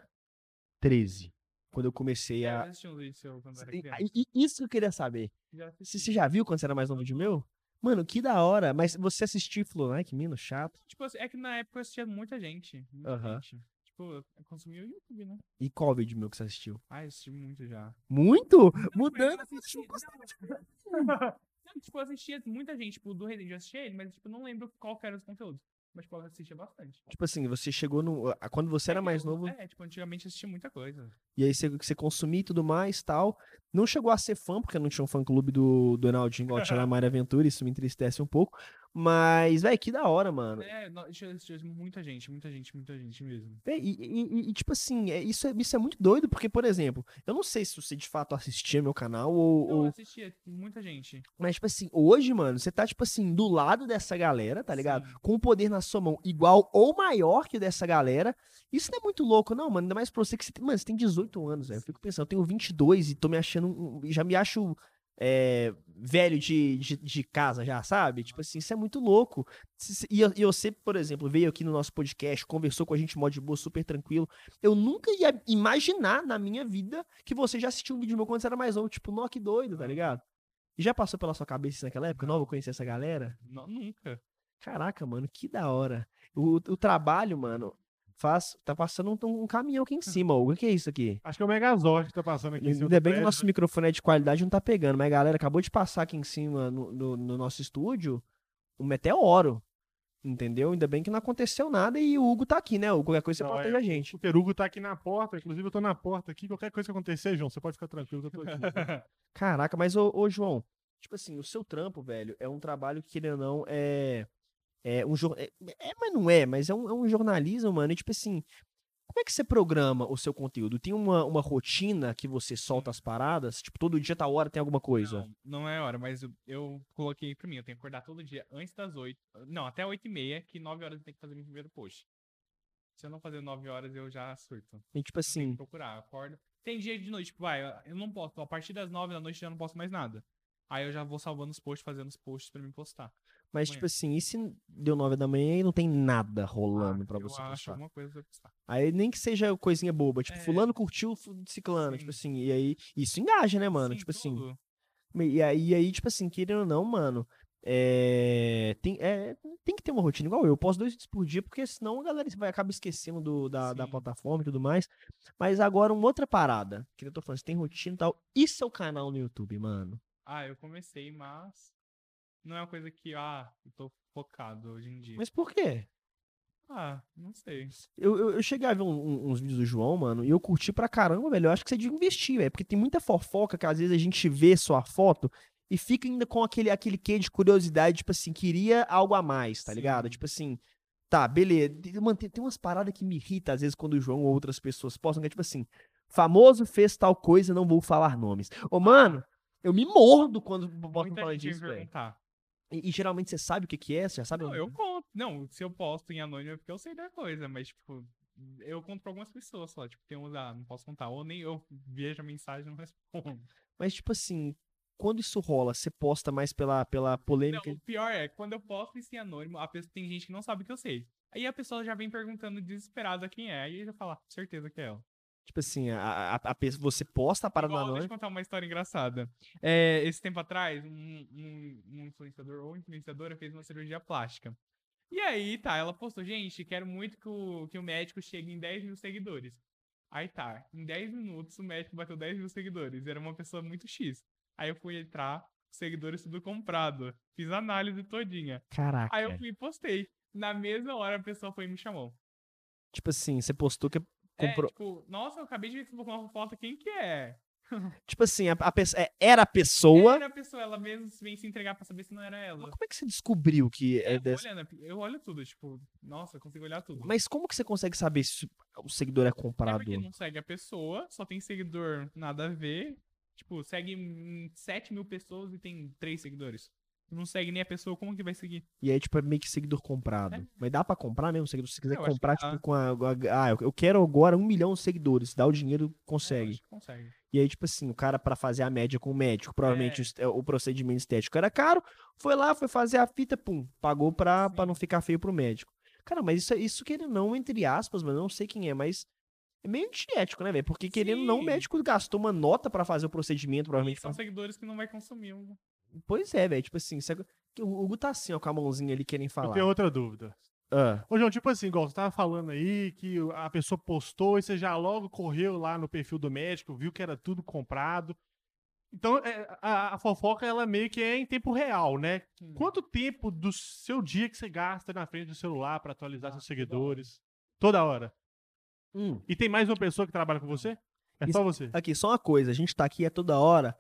A: 13. Quando eu comecei
B: É, Eu
A: a.
B: já assisti uns vídeos seu quando era
A: E-
B: criança.
A: e- Isso que eu queria saber.
B: Já assisti.
A: Você você já viu quando você era mais novo de meu? Mano, que da hora. Mas você assistiu e falou, ai, que menino chato.
B: Tipo, assim, é que na época eu assistia muita gente. Muita
A: Aham.
B: gente. Tipo, eu consumia o YouTube, né?
A: E qual vídeo meu que você assistiu?
B: Ah, eu assisti muito já.
A: Muito?
B: Mas eu
A: Mudando.
B: assistia- Não, tipo, eu assistia muita gente, tipo, do Resident, eu assistia ele, mas, tipo, não lembro qual que era os conteúdos. Mas, tipo, eu assistia bastante.
A: Tipo assim, você chegou no. ah, Quando você
B: É
A: era
B: que
A: mais
B: eu-
A: novo,
B: É, tipo, antigamente eu assistia muita coisa.
A: e aí você, você consumia e tudo mais tal. Não chegou a ser fã, porque não tinha um fã clube do, do Enaldinho igual tinha na Maria Aventura, isso me entristece um pouco. Mas, velho, que da hora, mano.
B: É, no- isso- isso- isso- muita gente, muita gente, muita gente mesmo.
A: Véi, E, e- e- e, tipo assim, é- isso, é, isso é muito doido, porque, por exemplo, eu não sei se você de fato assistia meu canal ou.
B: Eu
A: ou-
B: assistia tipo, muita gente.
A: Mas, tipo assim, hoje, mano, você tá, tipo assim, do lado dessa galera, tá ligado?
B: Sim.
A: Com o poder na sua mão igual ou maior que o dessa galera. Isso não é muito louco, não, mano. Ainda mais pra você que você tem. Mano, você tem 18 anos, velho. Eu fico pensando, eu tenho 22 e tô me achando. um- um- Já me acho. é, velho de, de, de casa já, sabe? Tipo assim, isso é muito louco. Se- se- E eu, e você, por exemplo, veio aqui no nosso podcast, conversou com a gente mó de boa, super tranquilo. Eu nunca ia imaginar na minha vida que você já assistiu um vídeo meu quando você era mais novo. Tipo, nó que doido, tá ligado? E já passou pela sua cabeça isso naquela época? Não, vou conhecer essa galera?
B: Não, nunca.
A: Caraca, mano, que da hora. O, o trabalho, mano, faz, tá passando um, um caminhão aqui em cima, Hugo. O que é isso aqui?
C: Acho que é o Megazord que tá passando aqui. em
A: Ainda
C: cima do
A: bem que o
C: prédio.
A: nosso microfone é de qualidade e não tá pegando, mas galera, acabou de passar aqui em cima no, no- no nosso estúdio um meteoro. Entendeu? Ainda bem que não aconteceu nada e o Hugo tá aqui, né? Hugo, qualquer coisa você
C: Não,
A: protege
C: é,
A: a gente.
C: O Perugo tá aqui na porta, inclusive eu tô na porta aqui. Qualquer coisa que acontecer, João, você pode ficar tranquilo que eu tô aqui.
A: Caraca, mas ô, ô, João, tipo assim, o seu trampo, velho, é um trabalho que, querendo ou não, é. É um jor- é, é, mas não é, mas é um, é um jornalismo, mano. E tipo assim, como é que você programa o seu conteúdo? Tem uma, uma rotina que você solta as paradas? Tipo, todo dia, tal hora, tem alguma coisa?
B: Uhum. Não, não é hora, mas eu, eu coloquei pra mim, eu tenho que acordar todo dia antes das 8. Não, até 8 e meia, que 9 horas eu tenho que fazer meu primeiro post. Se eu não fazer 9 horas, eu já surto. Eu
A: E, tipo
B: tenho que
A: assim,
B: procurar, eu acordo. Tem dia de noite, tipo, vai, eu não posso. A partir das 9 da noite eu já não posso mais nada. Aí eu já vou salvando os posts, fazendo os posts pra me postar.
A: mas
B: manhã.
A: tipo assim, e se deu nove da manhã e não tem nada rolando pra
B: Ah, eu
A: você
B: acho
A: postar?
B: alguma coisa pra postar.
A: Aí nem que seja coisinha boba, tipo,
B: É.
A: fulano curtiu fu- ciclano, tipo
B: Sim.
A: assim, e aí isso engaja, né, mano?
B: Sim,
A: tipo assim.
B: tudo.
A: E aí, e aí, tipo assim, querendo ou não, mano, é, tem, é, tem que ter uma rotina igual eu. Eu posto dois vídeos por dia, porque senão a galera vai acaba esquecendo do, da, da
B: Sim.
A: plataforma e tudo mais. Mas agora, uma outra parada, que eu tô falando, você tem rotina e tal. E seu canal no YouTube, mano?
B: Ah, eu comecei, mas não é uma coisa que, ah, eu tô focado hoje em dia.
A: Mas por quê?
B: Ah, não sei.
A: Eu, eu, eu cheguei a ver um- um- uns vídeos do João, mano, e eu curti pra caramba, velho. Eu acho que você devia investir, velho. Porque tem muita fofoca que às vezes a gente vê só a foto e fica ainda com aquele, aquele quê de curiosidade, tipo assim, queria algo a mais, tá ligado?
B: Sim.
A: Tipo assim, tá, beleza. E, Mano, tem, tem umas paradas que me irritam às vezes quando o João ou outras pessoas postam, que é tipo assim, famoso fez tal coisa, não vou falar nomes. Ô, mano, eu me mordo quando botam
B: Muita
A: falando
B: gente
A: disso,
B: me
A: velho. Tá
B: perguntar.
A: E, e geralmente você sabe o que que é, você já sabe?
B: Não, eu conto. Não, se eu posto em anônimo é porque eu sei da coisa, mas, tipo, eu conto pra algumas pessoas só. Tipo, tem uns, ah, não posso contar. Ou nem eu vejo a mensagem e não respondo.
A: Mas, tipo assim, quando isso rola, você posta mais pela, pela
B: Não,
A: polêmica?
B: o pior é, quando eu posto isso em anônimo, a pessoa, tem gente que não sabe que eu sei. Aí a pessoa já vem perguntando desesperada quem é, aí eu já falo, "Ah, certeza que é ela.
A: Tipo assim, a, a, a pessoa- você posta a parada
B: Igual,
A: na
B: deixa eu
A: noite.
B: contar uma história engraçada. É, esse tempo atrás, um, um- um influenciador ou influenciadora fez uma cirurgia plástica. E aí, tá, ela postou, gente, quero muito que o, que o médico chegue em 10 mil seguidores. Aí tá, em 10 minutos o médico bateu 10 mil seguidores. Era uma pessoa muito X. Aí eu fui entrar, seguidores tudo comprado. Fiz análise todinha.
A: Caraca.
B: Aí eu fui e postei. Na mesma hora a pessoa foi e me chamou.
A: Tipo assim, você postou que comprou.
B: É, tipo, nossa, eu acabei de ver que você colocou uma foto, quem que é?
A: Tipo assim, a, a pessoa, é, era a pessoa.
B: Era a pessoa, ela mesmo vem se entregar pra saber se não era ela.
A: Mas como é que você descobriu que é,
B: Eu vou
A: dessa?
B: olhando, eu olho tudo, tipo, nossa, eu consigo olhar tudo.
A: Mas como que você consegue saber se o seguidor é
B: é
A: comprado?
B: porque não segue a pessoa, só tem seguidor nada a ver. Tipo, segue hum, 7 mil pessoas e tem 3 seguidores. Não segue nem a pessoa, como que vai seguir?
A: E aí, tipo, é meio que seguidor comprado.
B: É.
A: Mas dá pra comprar mesmo? seguidor? Se você quiser
B: Eu acho que
A: comprar,
B: dá.
A: tipo, com a, a- Ah, eu- eu quero agora um milhão de seguidores. Dá o dinheiro,
B: É, eu
A: consegue.
B: acho que consegue.
A: E aí, tipo assim, o cara, pra fazer a média com o médico, provavelmente o
B: É.
A: est- o, procedimento estético era caro, foi lá, foi fazer a fita, pum, pagou pra, pra
B: Sim.
A: não ficar feio pro médico. Cara, mas isso, é, isso querendo ou não, entre aspas, mas eu não sei quem é, mas é meio antiético, né, velho? Porque querendo ou não, o
B: Sim.
A: médico gastou uma nota pra fazer o procedimento,
B: E
A: provavelmente.
B: são
A: faz-
B: seguidores que não vai consumir. um-
A: Pois é, velho, tipo assim, isso é- que o Hugo tá assim, ó, com a mãozinha ali querendo
C: Eu
A: falar.
C: tenho outra dúvida.
A: Ah,
C: Ô, João, tipo assim, igual você tava falando aí que a pessoa postou e você já logo correu lá no perfil do médico, viu que era tudo comprado. Então, é, a, a fofoca, ela meio que é em tempo real, né?
B: Hum.
C: Quanto tempo do seu dia que você gasta na frente do celular pra atualizar
B: Ah,
C: seus
B: toda hora.
C: seguidores? Toda hora.
A: hum.
C: E tem mais uma pessoa que trabalha com você? É
A: Isso-
C: só você.
A: Aqui, só uma coisa, a gente tá aqui é toda hora.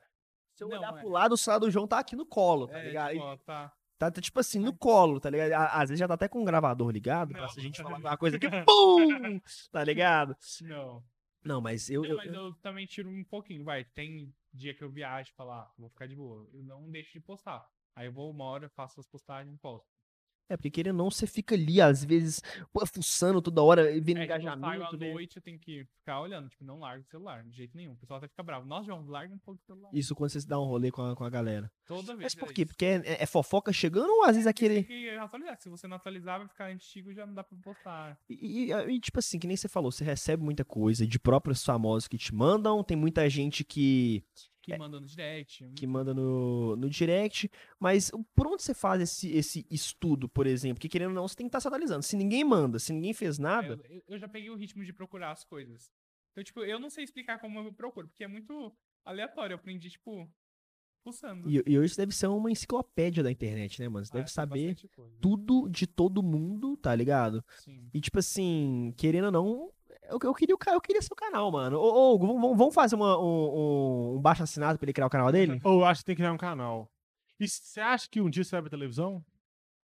A: Se eu
B: Não,
A: olhar
B: é.
A: pro lado, o celular do João tá aqui no colo, tá
B: É,
A: ligado?
B: tipo, ó, tá.
A: Tá, tá, tipo assim, no colo, tá ligado? À- Às vezes já tá até com o gravador ligado, pra
B: Não,
A: se a gente
B: tá
A: falar
B: ligado.
A: uma coisa que pum! Tá ligado?
B: Não.
A: Não, mas eu.
B: Não,
A: eu-
B: mas eu, também tiro um pouquinho, vai. Tem dia que eu viajo e falo, ah, vou ficar de boa. Eu não deixo de postar. Aí eu vou uma hora, faço as postagens e posto.
A: É, porque querendo ou não, você fica ali, às vezes, pô, fuçando toda hora, e vendo
B: É, tipo, eu saio à
A: engajamento. né? vendo-
B: noite, eu tenho que ficar olhando. Tipo, não largo o celular, de jeito nenhum. O pessoal até fica bravo. Nossa, João, larga um pouco o celular.
A: Isso quando você se dá um rolê com a, com a galera.
B: Toda
A: Mas
B: vez.
A: por
B: é
A: quê?
B: isso.
A: Porque é, é- é fofoca chegando ou às vezes
B: Tem
A: aquele.
B: que atualizar. Se você não atualizar, vai ficar antigo e já não dá pra postar.
A: E, e- e, tipo assim, que nem você falou, você recebe muita coisa de próprios famosos que te mandam, tem muita gente que,
B: Que manda no direct.
A: É. que manda no, no direct, mas o- por onde você faz esse, esse estudo, por exemplo? Que querendo ou não, você tem que estar se atualizando. Se ninguém manda, se ninguém fez
B: É,
A: nada,
B: Eu, eu- eu já peguei o ritmo de procurar as coisas. Então, tipo, eu não sei explicar como eu procuro, porque é muito aleatório. Eu aprendi, tipo, pulsando.
A: e, e hoje você deve ser uma enciclopédia da internet, né, mano? Você
B: É, Ah,
A: deve
B: tem
A: saber
B: bastante coisa.
A: tudo de todo mundo, tá ligado?
B: Sim.
A: E tipo assim, querendo ou não, eu, eu queria o ca- eu queria seu canal, mano. Ô, ô Hugo, vamos, vamos fazer uma- um, um, um baixo assinado pra ele criar o canal
B: Uhum.
A: dele?
C: Ou eu acho que tem que criar um canal. E você acha que um dia você vai pra televisão?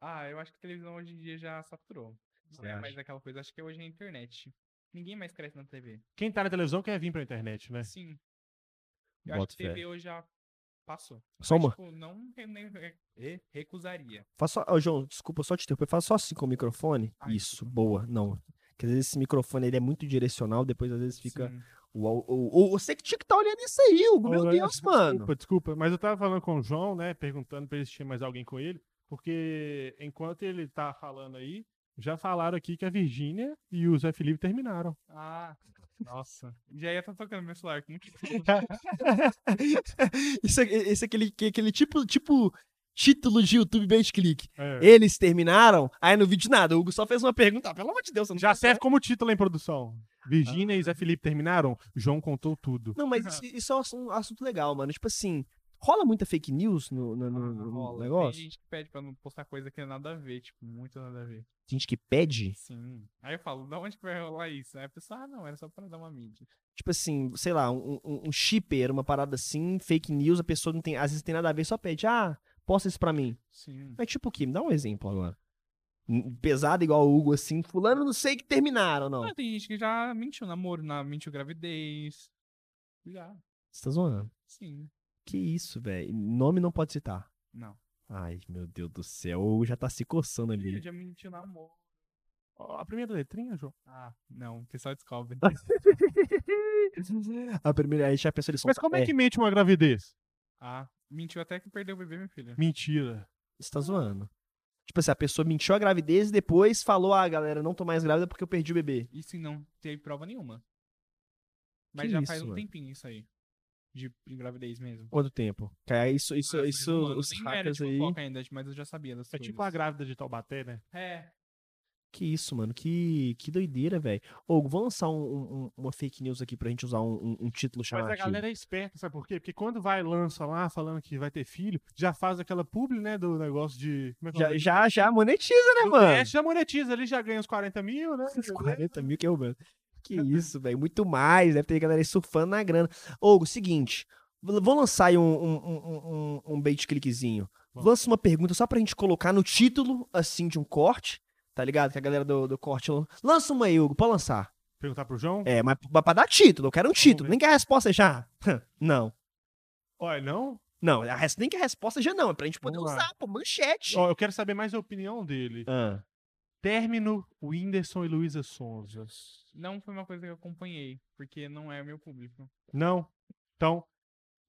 B: Ah, eu acho que televisão hoje em dia já saturou. Não
A: Você
B: é
A: acha?
B: mais aquela coisa, acho que hoje é internet. Ninguém mais cresce na TV.
C: Quem tá na televisão quer vir pra internet, né?
B: Sim. Eu acho
A: Boto
B: que
A: É. fé.
B: TV hoje já passou.
A: Só
B: Mas,
A: uma.
B: tipo, não re- nem re- re- recusaria.
A: Faz só, ô, João, desculpa, só te interromper. Faz só assim com o microfone.
B: Ai,
A: Isso, boa. Não. Porque às vezes esse microfone ele é muito direcional, depois às vezes fica.
B: Sim.
A: Uau, uau, uau, você que tinha que estar olhando isso aí, Hugo. Meu
C: Ô,
A: Deus, mano.
C: Desculpa, desculpa, mas eu tava falando com o João, né? Perguntando pra ele se tinha mais alguém com ele, porque enquanto ele tá falando aí, já falaram aqui que a Virgínia e o Zé Felipe terminaram.
B: Ah, nossa. Já ia estar tocando meu celular. com muito-
A: Isso é, esse é aquele, que- aquele tipo, tipo título de YouTube bait click.
C: É.
A: Eles terminaram? Aí no vídeo nada. O Hugo só fez uma pergunta. Ah, pelo amor de Deus, eu não
C: Já
A: sei.
C: serve como título em produção. Virgínia e Zé Felipe terminaram? João contou tudo.
A: Não, mas
B: Aham.
A: isso, isso é um assu- um assunto legal, mano. Tipo assim, rola muita fake news no, no- no- no
B: Ah, Rola.
A: negócio?
B: Tem gente que pede pra não postar coisa que é nada a ver, tipo, muito nada a ver.
A: Gente que pede.
B: Sim. Aí eu falo, da onde que vai rolar isso? Aí a pessoa, ah, não, era só pra dar uma mídia.
A: Tipo assim, sei lá, um, um, um shipper, uma parada assim, fake news, a pessoa não tem. Às vezes tem nada a ver, só pede, ah, posta isso pra mim.
B: Sim.
A: Mas tipo o quê? Me dá um exemplo agora. Um Pesado igual o Hugo, assim, fulano não sei que terminaram, não.
B: Ah, tem gente que já mentiu namoro, na, mentiu gravidez. Já,
A: Você tá zoando?
B: sim.
A: Que isso, velho? Nome não pode citar.
B: Não.
A: Ai, meu Deus do céu, o Hugo já tá se coçando ali.
B: Já mentiu namoro.
C: Ó, A primeira letrinha, João.
B: Ah, não, o pessoal descobre.
A: A primeira, aí já pensou ele
C: Mas como é que mente uma gravidez?
B: ah, mentiu até que perdeu o bebê, minha filha.
C: Mentira.
A: Você tá zoando. Tipo assim, a pessoa mentiu a gravidez e depois falou, ah, galera, não tô mais grávida porque eu perdi o bebê.
B: Isso não teve prova nenhuma. Mas
A: Que
B: já faz
A: isso,
B: um
A: mano?
B: tempinho isso aí. De gravidez mesmo.
A: Quanto tempo? Cara, isso, isso,
B: Ah, faz
A: isso,
B: um ano.
A: os
B: Nem era
A: hackers
B: de
A: aí.
B: fofoca ainda, mas eu já sabia das
C: É
B: coisas.
C: tipo a grávida de Taubaté, né?
B: É,
A: Que isso, mano, que, que doideira, velho. Ô, vou lançar um- um- um- uma fake news aqui pra gente usar um, um- um título
C: Mas a
A: chamativo.
C: galera é esperta, sabe por quê? Porque quando vai lança lá falando que vai ter filho, já faz aquela publi, né? Do negócio de. Como é que é o
A: Já,
C: nome?
A: já, já monetiza, né,
C: Do
A: mano?
C: teste, já monetiza ali, já ganha os 40 mil, né?
A: 40 mil que é o mano. Que isso, velho. Muito mais. Deve ter galera aí surfando na grana. Ô, seguinte. v- Vou lançar aí um, um, um- um, um bait cliquezinho.
C: Vamos.
A: Lança uma pergunta só pra gente colocar no título, assim, de um corte. Tá ligado? Que a galera do, do corte. lan- Lança uma aí, Hugo, pra lançar.
C: Perguntar pro João?
A: É, mas, mas pra dar título. Eu quero um título.
C: ver.
A: Nem que a resposta já. Não.
C: Olha, não?
A: Não, a res- nem que a resposta já não. É pra gente poder
C: Vamos lá.
A: usar, pô, manchete.
C: Ó, eu quero saber mais a opinião dele.
A: Ah,
C: Término Whindersson e Luísa Sonza.
B: não foi uma coisa que eu acompanhei, porque não é meu público.
C: Não? Então,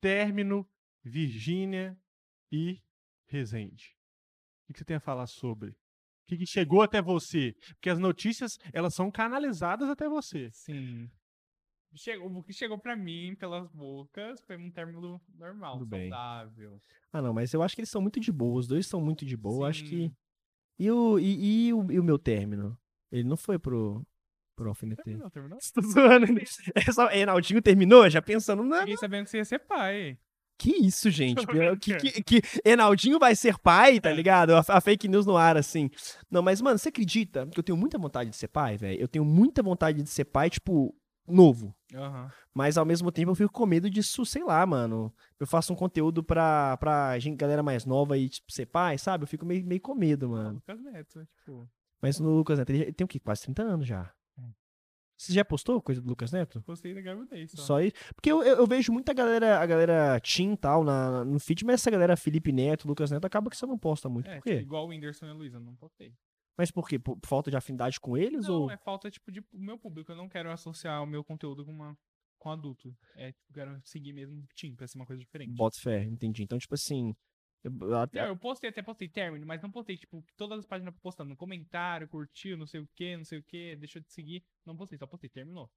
C: término Virgínia e Rezende. O que você tem a falar sobre? O que que chegou até você? Porque as notícias, elas são canalizadas até você.
B: Sim. Chegou, o que chegou pra mim pelas bocas foi um término normal,
A: Tudo bem.
B: saudável.
A: Ah, não, mas eu acho que eles são muito de boa. Os dois são muito de boa. Eu Acho que.
B: Sim.
A: E o, e, e o, e o meu término? Ele não foi pro, pro alfinete.
B: Terminou, terminou.
A: Você tá zoando? né? É só, Reinaldinho terminou já pensando na.
B: Fiquei sabendo que você ia ser pai.
A: Que isso, gente? Pelo- Que, que, que Reinaldinho vai ser pai, tá ligado? A, a fake news no ar, assim. Não, mas, mano, você acredita que eu tenho muita vontade de ser pai, velho? Eu tenho muita vontade de ser pai, tipo, novo.
B: Aham.
A: Mas ao mesmo tempo eu fico com medo disso, sei lá, mano. Eu faço um conteúdo pra, pra gente, galera mais nova e, tipo, ser pai, sabe? Eu fico meio, meio com medo,
B: Ah,
A: mano.
B: Lucas Neto, tipo,
A: Mas o Lucas Neto, ele ele tem o quê? Quase 30 anos já.
B: É.
A: Você já postou coisa do Lucas Neto?
B: postei da gravidez só.
A: Só isso. Porque eu, eu- eu vejo muita galera, a galera Tim e tal na, no feed, mas essa galera Felipe Neto, Lucas Neto, acaba que você não posta muito.
B: É,
A: por
B: tipo,
A: quê?
B: igual o Whindersson e a Luísa, não postei.
A: Mas por quê? Por falta de afinidade com eles?
B: Não,
A: ou...
B: é falta, tipo, de o meu público. Eu não quero associar o meu conteúdo com, uma, com adulto. É, tipo, quero seguir mesmo o Tim, pra ser uma coisa diferente.
A: Bota fé, entendi. Então, tipo assim. eu-
B: Não, é
A: até- é
B: eu postei, até postei término, mas não postei, tipo, todas as páginas postando. Comentário, curtiu, não sei o que, não sei o que, deixou de seguir. Não postei, só postei, terminou.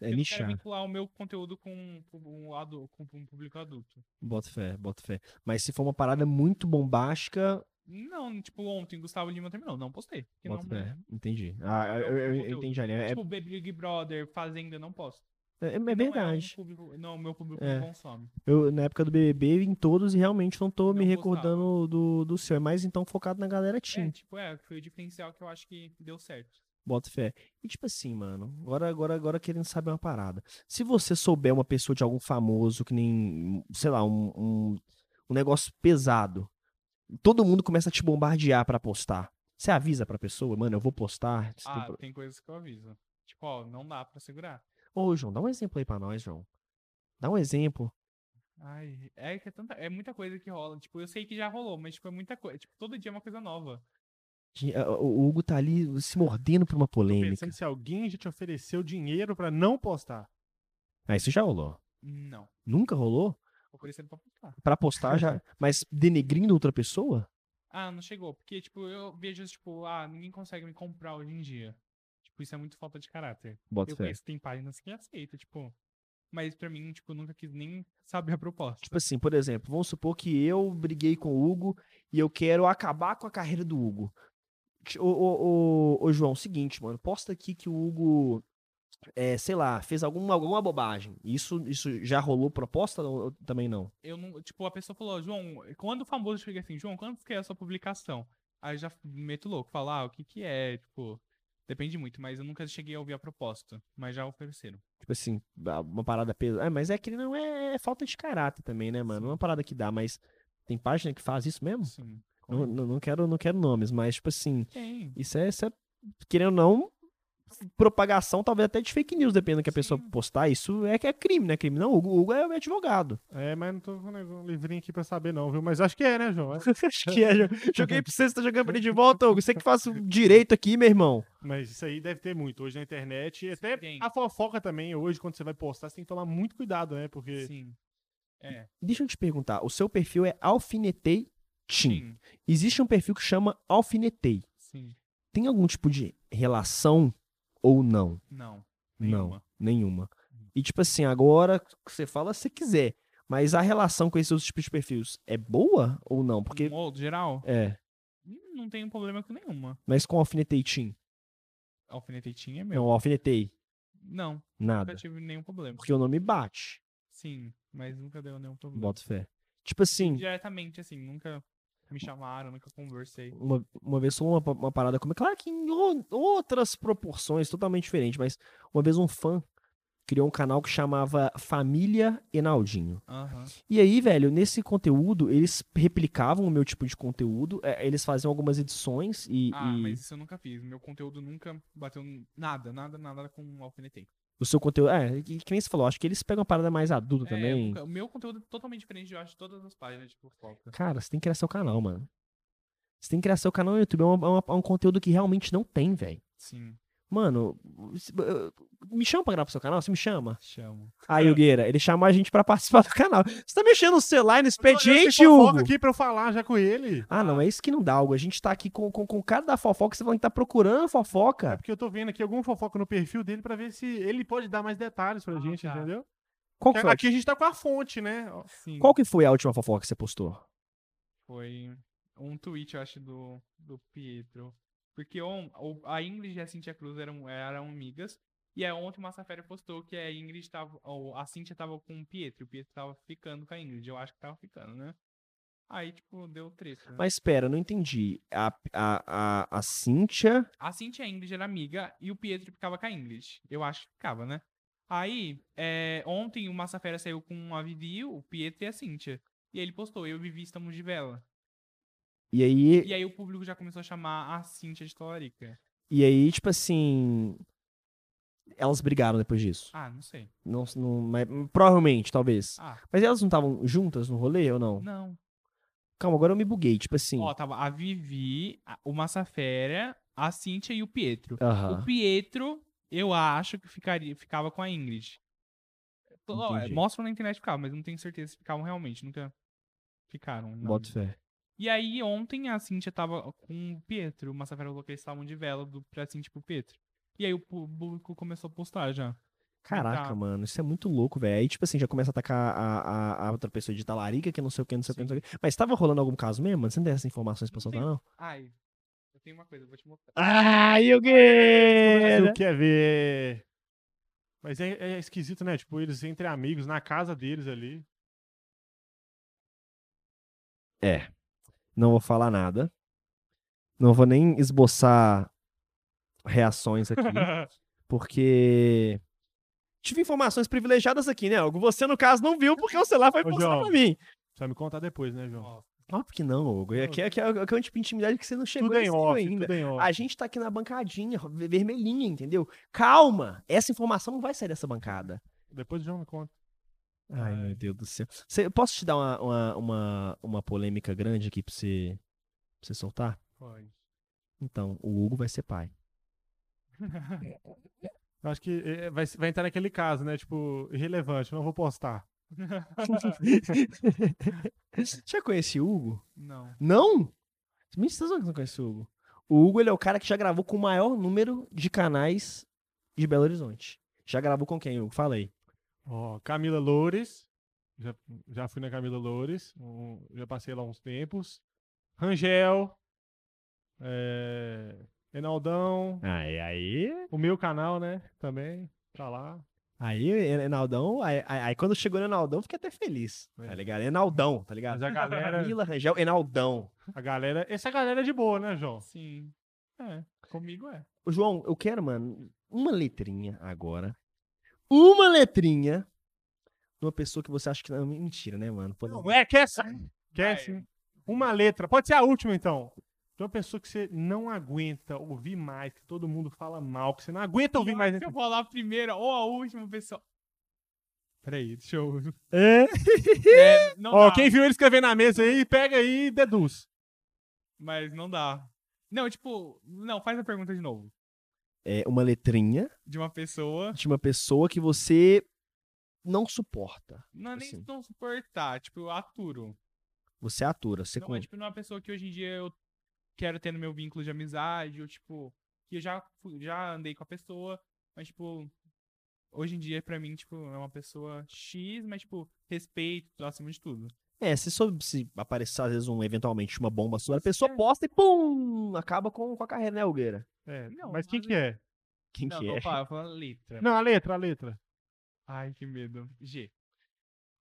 A: É
B: eu não quero
A: nichar.
B: vincular o meu conteúdo com, com um, adu- com um público adulto.
A: Bota fé, bota fé. Mas se for uma parada muito bombástica.
B: Não, tipo, ontem Gustavo Lima terminou, não postei. porque
A: Bota
B: não, é.
A: fé. Entendi. Ah, eu,
B: Não, é
A: eu- eu
B: conteúdo.
A: entendi ali. É,
B: Tipo, Big Brother, Fazenda, não posto.
A: é- é
B: Não um
A: verdade.
B: público- não, o meu público
A: É.
B: não consome.
A: Eu, na época do BBB, em todos, e realmente não tô me
B: Não
A: recordando do, do seu. É mais então focado na galera Tim.
B: É, tipo, é, foi o diferencial que eu acho que deu certo.
A: Bota fé. E tipo assim, mano, agora, agora, agora querendo saber uma parada. Se você souber uma pessoa de algum famoso, que nem, sei lá, um, um, um negócio pesado, todo mundo começa a te bombardear pra postar. Você avisa pra pessoa, mano, eu vou postar. tipo, você tem
B: Ah,
A: pro-
B: tem coisas que eu aviso. Tipo, ó, não dá pra segurar.
A: Ô, João, dá um exemplo aí pra nós, João. Dá um exemplo.
B: Ai, é que é tanta, é muita coisa que rola. Tipo, eu sei que já rolou, mas tipo, é muita coisa. Tipo, todo dia é uma coisa nova.
A: Gente, a- O o Hugo tá ali se mordendo por uma polêmica.
C: Pensando se alguém já te ofereceu dinheiro pra não postar.
A: Ah, isso já rolou.
B: Não.
A: Nunca rolou?
B: Oferecendo pra postar.
A: Pra postar já. Mas denegrindo outra pessoa?
B: Ah, não chegou. Porque, tipo, eu vejo, tipo, ah, ninguém consegue me comprar hoje em dia. Tipo, isso é muito falta de caráter.
A: Bota
B: eu
A: fé.
B: conheço, tem páginas que aceita, tipo. Mas pra mim, tipo, eu nunca quis nem saber a proposta.
A: Tipo assim, por exemplo, vamos supor que eu briguei com o Hugo e eu quero acabar com a carreira do Hugo. Ti- Ô, ô, ô, ô, João, seguinte, mano, posta aqui que o Hugo, é, sei lá, fez alguma, alguma bobagem. Isso, isso já rolou proposta ou ou também não?
B: eu não. Tipo, a pessoa falou, João, quando o famoso chega assim, João, quanto que é a sua publicação? Aí eu já meto louco, falar ah, o que que é, tipo. Depende muito, mas eu nunca cheguei a ouvir a proposta. Mas já ofereceram.
A: Tipo assim, a- uma parada pesa. É, mas é que não é, é falta de caráter também, né, mano? Não é uma parada que dá, mas tem página que faz isso mesmo?
B: Sim.
A: Não, não, não quero, não quero nomes, mas tipo assim,
B: Tem.
A: isso é, isso é querendo ou não, propagação talvez até de fake news, dependendo do que a pessoa
B: Sim.
A: postar. Isso é que é crime, né? Crime não. O Hugo, o Hugo é o advogado.
C: É, mas não tô com um nego- um livrinho aqui pra saber, não, viu? Mas acho que é, né, João? É.
A: Acho que é. jo- Joguei pra você, você tá jogando pra ele de volta, Hugo. Você que faz o direito aqui, meu irmão.
C: Mas isso aí deve ter muito hoje na internet. E até
B: tem.
C: a fofoca também, hoje, quando você vai postar, você tem que tomar muito cuidado, né? Porque.
B: Sim. É.
A: Deixa eu te perguntar. O seu perfil é Alfinetei Tim.
B: Sim.
A: Existe um perfil que chama Alfinetei.
B: Sim.
A: Tem algum tipo de relação ou não?
B: Não.
A: Não,
B: Nenhuma. Uhum.
A: nenhuma. E tipo assim, agora você fala se quiser. Mas a relação com esses outros tipos de perfis é boa ou não? Porque.
B: Um outro geral,
A: É.
B: hum, não tenho problema com nenhuma.
A: Mas com alfinetei Tim.
B: Alfinetetinha é meu.
A: Não, alfinetei.
B: Não,
A: Nada.
B: nunca tive nenhum problema.
A: Porque o nome bate.
B: Sim, mas nunca deu nenhum problema.
A: Bota fé. Tipo assim,
B: Diretamente, assim, nunca me chamaram, nunca conversei.
A: uma, uma vez só uma, uma parada como. é Claro que em o- outras proporções, totalmente diferente, mas uma vez um fã criou um canal que chamava Família Enaldinho.
B: Aham.
A: E aí, velho, nesse conteúdo, eles replicavam o meu tipo de conteúdo, é, eles faziam algumas edições e,
B: Ah,
A: e
B: mas isso eu nunca fiz. Meu conteúdo nunca bateu n- nada, nada, nada com o alfinetei.
A: o seu conteúdo. É, que, que nem você falou, acho que eles pegam uma parada mais adulta
B: É,
A: também.
B: nunca- o meu conteúdo é totalmente diferente, eu acho, de todas as páginas de fofoca.
A: Cara, você tem que criar seu canal, mano. Você tem que criar seu canal no YouTube. É, uma- é uma- é um conteúdo que realmente não tem, velho.
B: Sim,
A: Mano, se- eu- me chama pra gravar pro seu canal? Você me chama?
B: chamo.
C: É.
A: Aí, Hugueira, ele chamou a gente pra participar do canal. Você tá mexendo no celular e no
C: Eu tô olhando esse
A: expediente,
C: fofoca
A: Hugo?
C: aqui pra eu falar já com ele.
A: Ah, não, é isso que não dá, Hugo. A gente tá aqui com, com, com o cara da fofoca. Você falando que tá procurando a
C: É
A: fofoca.
C: porque eu tô vendo aqui alguma fofoca no perfil dele pra ver se ele pode dar mais detalhes pra
B: Ah,
C: gente,
B: tá.
C: entendeu?
A: Qual que, é foi,
C: Aqui a gente tá com a fonte, né? Ó,
B: Sim, Ah.
A: qual que foi a última fofoca que você postou?
B: foi um tweet, eu acho, do, do Pietro. Porque on- o- a Ingrid e a Cintia Cruz eram, eram amigas. E aí ontem o Massafera postou que a Ingrid tava. ou a Cintia tava com o Pietro, e o Pietro tava ficando com a Ingrid. Eu acho que tava ficando, né? Aí, tipo, deu treta.
A: Mas espera, eu não entendi. A, a, a, a Cíntia.
B: A Cintia e a Ingrid era amiga e o Pietro ficava com a Ingrid. Eu acho que ficava, né? Aí, é, ontem o Massa Fera saiu com a Vivi, o Pietro e a Cíntia. E aí ele postou, eu e Vivi estamos de vela.
A: E aí,
B: E aí o público já começou a chamar a Cíntia de talarica.
A: e aí, tipo assim. Elas brigaram depois disso.
B: Ah, não sei.
A: Não, não, mas, provavelmente, talvez.
B: Ah,
A: Mas elas não estavam juntas no rolê ou não?
B: não.
A: Calma, agora eu me buguei. Tipo assim.
B: Ó, tava a Vivi, a- o Massa Fera, a Cíntia e o Pietro.
A: Aham.
B: O Pietro, eu acho que ficaria, ficava com a Ingrid. Tô- ó,
A: Entendi.
B: Mostram na internet que ficava, mas não tenho certeza se ficavam realmente. Nunca ficaram. não.
A: Bota fé.
B: E aí, ontem a Cintia tava com o Pietro. O Massafera falou que eles estavam de vela do, pra Cintia e pro Pietro. E aí o público começou a postar já.
A: Caraca,
B: Tá.
A: mano, isso é muito louco, velho. Aí, tipo assim, já começa a atacar a, a- a outra pessoa de talarica, que não sei o que, não sei o que, não sei o que. Mas tava rolando algum caso mesmo, mano? Você não tem essas informações pra
B: Não
A: soltar,
B: tem.
A: não?
B: Ai, eu tenho uma coisa, eu vou te mostrar.
A: Ah, eu
C: Brasil
A: quero!
C: quer é ver. Mas é, é esquisito, né? Tipo, eles entre amigos, na casa deles ali.
A: Não vou falar nada. Não vou nem esboçar reações aqui, porque. Tive informações privilegiadas aqui, né, Algo? Você, no caso, não viu porque o celular foi
C: Ô,
A: postar
C: João.
A: pra mim.
C: Só me contar depois, né, João?
B: Ó,
A: Óbvio que não, Hugo. É que é, que é, que é um tipo de intimidade que você não chegou
C: Tudo em
A: nesse nível
C: off,
A: ainda.
C: tudo em off.
A: A gente tá aqui na bancadinha, ve- vermelhinha, entendeu? Calma, essa informação não vai sair dessa bancada.
C: Depois o João me conta.
A: Ai,
B: Ai.
A: meu Deus do céu. Cê- eu posso te dar uma, uma, uma, uma polêmica grande aqui pra você, pra você soltar?
C: Pode.
A: Então, o Hugo vai ser pai.
C: Eu acho que é, vai, vai entrar naquele caso, né? Tipo, irrelevante, não vou postar.
A: Você já conhece o Hugo?
B: Não.
A: Não? Me vocês não conhece o Hugo. O Hugo ele é o cara que já gravou com o maior número de canais de Belo Horizonte. Já gravou com quem, Hugo? Fala aí.
C: Ó, Camila Loures. Já, já fui na Camila Loures. um- já passei lá uns tempos. Rangel. É, Enaldão.
A: Aí, aí.
C: O meu canal, né? Também. Tá lá.
A: Aí, Enaldão, aí, aí- aí quando chegou no Enaldão, eu fiquei até feliz. Tá
C: É.
A: ligado? Enaldão, tá ligado?
C: Mas a galera.
A: Camila Rangel, Enaldão.
C: A galera. Essa galera é de boa, né, João?
B: Sim. É, comigo é.
A: Ô, João, eu quero, mano, uma letrinha agora. Uma letrinha de uma pessoa que você acha que não. Mentira, né, mano? Pô,
C: Não é, quer essa? Quer
B: Vai.
C: sim. Uma letra. Pode ser a última, então. De uma pessoa que você não aguenta ouvir mais, que todo mundo fala mal, que você não aguenta ouvir
B: E
C: Então mais.
B: se eu falar a primeira ou a última, pessoal. Peraí, deixa eu.
C: Então
A: É?
B: É, não
C: Ó,
B: dá,
C: quem viu ele escrever na mesa aí, pega aí e deduz.
B: mas não dá. Não, tipo, não, faz a pergunta de novo.
A: É uma letrinha
B: De uma pessoa.
A: de uma pessoa que você não suporta.
B: Não é nem
A: Assim.
B: não suportar, tipo, eu aturo.
A: Você atura, você
B: não
A: com-
B: é tipo uma pessoa que hoje em dia eu quero ter no meu vínculo de amizade, ou tipo, que eu já, fui- já andei com a pessoa, mas tipo, hoje em dia pra mim, tipo, é uma pessoa X, mas tipo, respeito acima de tudo.
A: É, se, sob- se aparecer, às vezes, um, eventualmente, uma bomba sua, a pessoa
B: é.
A: posta e pum! Acaba com, com a carreira, né, Algueira?
C: É,
B: Não,
C: mas quem
B: mas
C: que é?
A: Quem
B: não,
A: que
B: vou
A: é?
B: falar, eu vou falar letra.
C: Não, a letra, a letra.
B: Ai, que medo. G.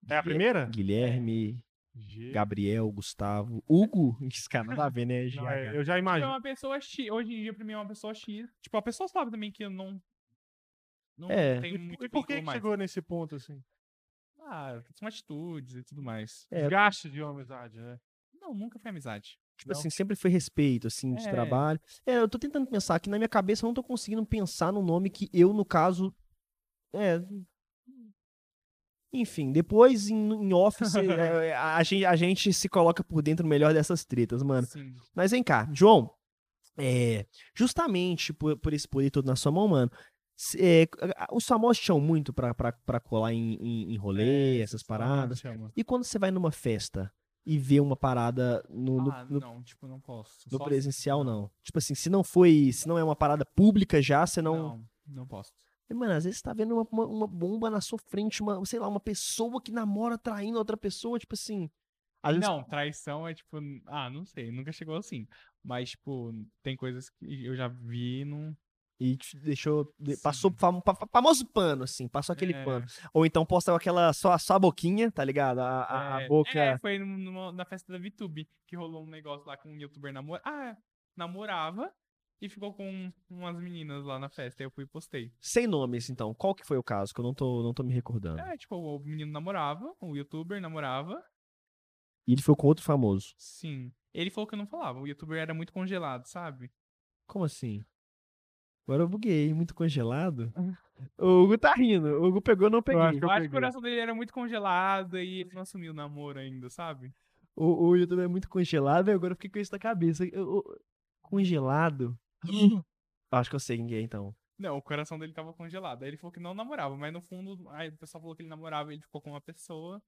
C: É a primeira?
A: Guilherme,
C: G.
A: Gabriel, Gustavo, Hugo. Esse cara nada a ver, né?
C: Não,
A: GH.
C: é, eu já
B: Tipo, é
C: imagino.
B: uma pessoa X. Hoje em dia, pra mim, é uma pessoa X. Tipo, a pessoa sabe também que eu não. Não
A: É.
B: tenho
C: E,
B: muito
C: e por que,
B: vínculo
C: que
B: mais.
C: chegou nesse ponto, assim?
B: Ah, são atitudes e tudo mais.
A: É.
C: Desgaste de uma amizade, né?
B: Não, nunca foi amizade.
A: Tipo assim, sempre foi respeito, assim, de
B: É.
A: trabalho. É, eu tô tentando pensar aqui, na minha cabeça eu não tô conseguindo pensar no nome que eu, no caso. É. Enfim, depois em, em office é, a, a gente, a gente se coloca por dentro melhor dessas tretas, mano.
B: Sim.
A: Mas vem cá, João. É, justamente por, por esse poder todo na sua mão, mano. se- é, a- os famosos tinham muito pra, pra, pra colar em, em, em
B: É,
A: rolê, essas paradas.
C: Chama.
A: E quando você vai numa festa e vê uma parada no, no-
B: Ah,
A: no
B: não, tipo, não posso.
A: no
B: Só-
A: presencial,
B: né?
A: não. Tipo assim, se não foi. Se não é uma parada pública já, você não.
B: Não, não posso.
A: E, Mano, às vezes você tá vendo uma, uma, uma bomba na sua frente, uma, sei lá, uma pessoa que namora traindo outra pessoa, tipo assim. Às vezes,
B: Não, traição é tipo. n- Ah, não sei, nunca chegou assim. Mas, tipo, tem coisas que eu já vi e não.
A: E te deixou. de-
B: Sim.
A: Passou fam- fa- fa- famoso pano, assim, passou aquele
B: É,
A: pano. Ou então posta aquela. Só, só a boquinha, tá ligado? A, a, a
B: é,
A: boca.
B: É, foi num- numa- na festa da VTube que rolou um negócio lá com um youtuber namorado. Ah, namorava. e ficou com umas meninas lá na festa. Aí eu fui e postei.
A: Sem nomes, então. Qual que foi o caso? Que eu não tô, não tô me recordando.
B: É, tipo, o menino namorava, o youtuber namorava.
A: E ele foi com outro famoso.
B: Sim. Ele falou que eu não falava. O youtuber era muito congelado, sabe?
A: Como assim? Agora eu buguei, muito congelado. O Hugo tá rindo. O Hugo pegou, eu não
C: acho
A: peguei.
C: que
B: Eu acho que
C: eu
B: o
C: peguei.
B: coração dele era muito congelado e ele não assumiu o namoro ainda, sabe?
A: O, o YouTube é muito congelado e agora eu fiquei com isso na cabeça. Eu- eu- congelado? Acho que eu sei quem que é, então.
B: Não, o coração dele tava congelado. Aí ele falou que não namorava, mas no fundo, aí o pessoal falou que ele namorava e ele ficou com uma pessoa.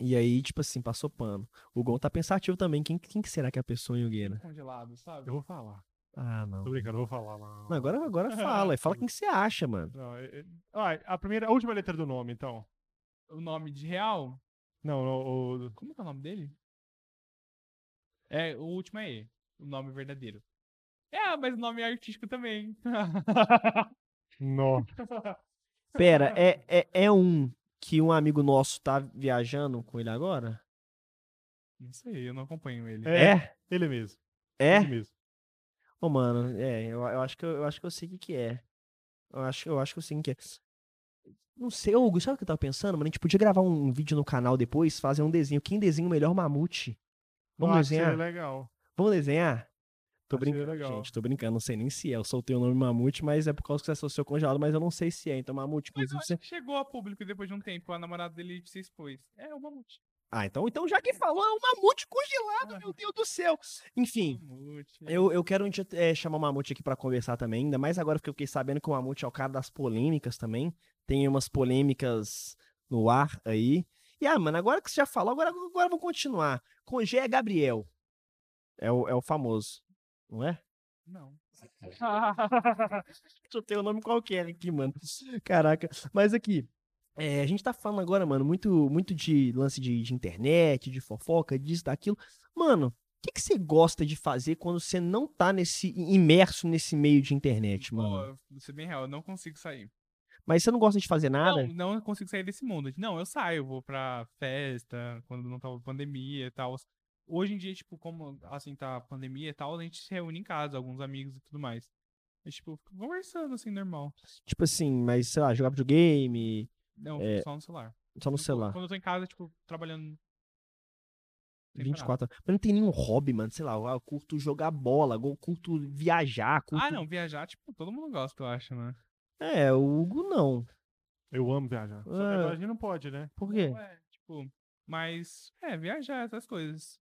A: E aí, tipo assim, passou pano. O Gon tá pensativo também. Quem, quem que será que é a pessoa em Yogueira?
B: Congelado, sabe?
C: Eu vou falar.
A: Ah, não.
C: Tô brincando, eu vou falar. Não.
A: Não, Agora, agora fala. Fala quem que você acha, mano.
C: Não, é- é- Ah, a primeira, a última letra do nome, então.
B: O nome de real.
C: Não, o, o-
B: Como que é o nome dele? É, o último é E. O nome verdadeiro. É, mas o nome é artístico também.
C: Nó.
A: Pera, é, é, é um que um amigo nosso tá viajando com ele agora?
B: Não sei, eu não acompanho ele.
C: É. Ele mesmo.
A: É?
C: Ele mesmo.
A: Ô, mano, é, eu, eu acho que eu, eu acho que eu sei o que que é. Eu acho, eu acho que eu sei o que é. Não sei, ô, Hugo, sabe o que eu tava pensando, mano? A gente podia gravar um, vídeo no canal depois, fazer um desenho. Quem desenha o melhor mamute? Vamos
C: Eu acho que
A: desenhar?
C: seria legal.
A: Vamos desenhar? Tô
C: Acho que seria
A: brincando,
C: legal.
A: gente, tô brincando, não sei nem se é. Eu soltei o nome mamute, mas é por causa que você associou congelado, mas eu não sei se é. Então, mamute,
B: Mas eu
A: inclusive,
B: acho
A: você...
B: que chegou a público depois de um tempo, a namorada dele se expôs. É, o Mamute.
A: Ah, então, então já que falou, é um mamute congelado, meu Deus do céu. Enfim,
B: Mamute.
A: Eu, eu quero um dia, eh, chamar o Mamute aqui pra conversar também, ainda mais agora porque eu fiquei sabendo que o Mamute é o cara das polêmicas também. Tem umas polêmicas no ar aí. E ah, mano, agora que você já falou, agora, agora vamos continuar. Com G é Gabriel. É o, é o famoso, não é?
B: Não.
A: Eu tenho um nome qualquer aqui, mano. Caraca. Mas aqui, é, a gente tá falando agora, mano, muito, muito de lance de, de internet, de fofoca, disso, daquilo. Mano, o que, que você gosta de fazer quando você não tá nesse, imerso nesse meio de internet, mano?
B: Ó, vou ser bem real, eu não consigo sair.
A: Mas você não gosta de fazer nada?
B: Não, não consigo sair desse mundo. Não, eu saio, eu vou pra festa, quando não tá pandemia e tal. Hoje em dia, tipo, como assim tá a pandemia e tal, a gente se reúne em casa, alguns amigos e tudo mais. Mas, tipo, fico conversando assim, normal.
A: Tipo assim, mas sei lá, jogar videogame,
B: Não, eu fico só no celular.
A: É, só no
B: Eu-
A: celular.
B: Quando eu tô em casa, tipo, trabalhando. sem parar.
A: 24 horas. Mas não tem nenhum hobby, mano. Sei lá, eu curto jogar bola, eu curto viajar, curto.
B: Ah, não, viajar, tipo, todo mundo gosta, eu acho, né?
A: É, o Hugo não.
C: Eu amo viajar. Só que
A: Ah.
C: agora a gente não pode, né?
A: Por quê?
B: Ué, tipo, mas, é, viajar, essas coisas.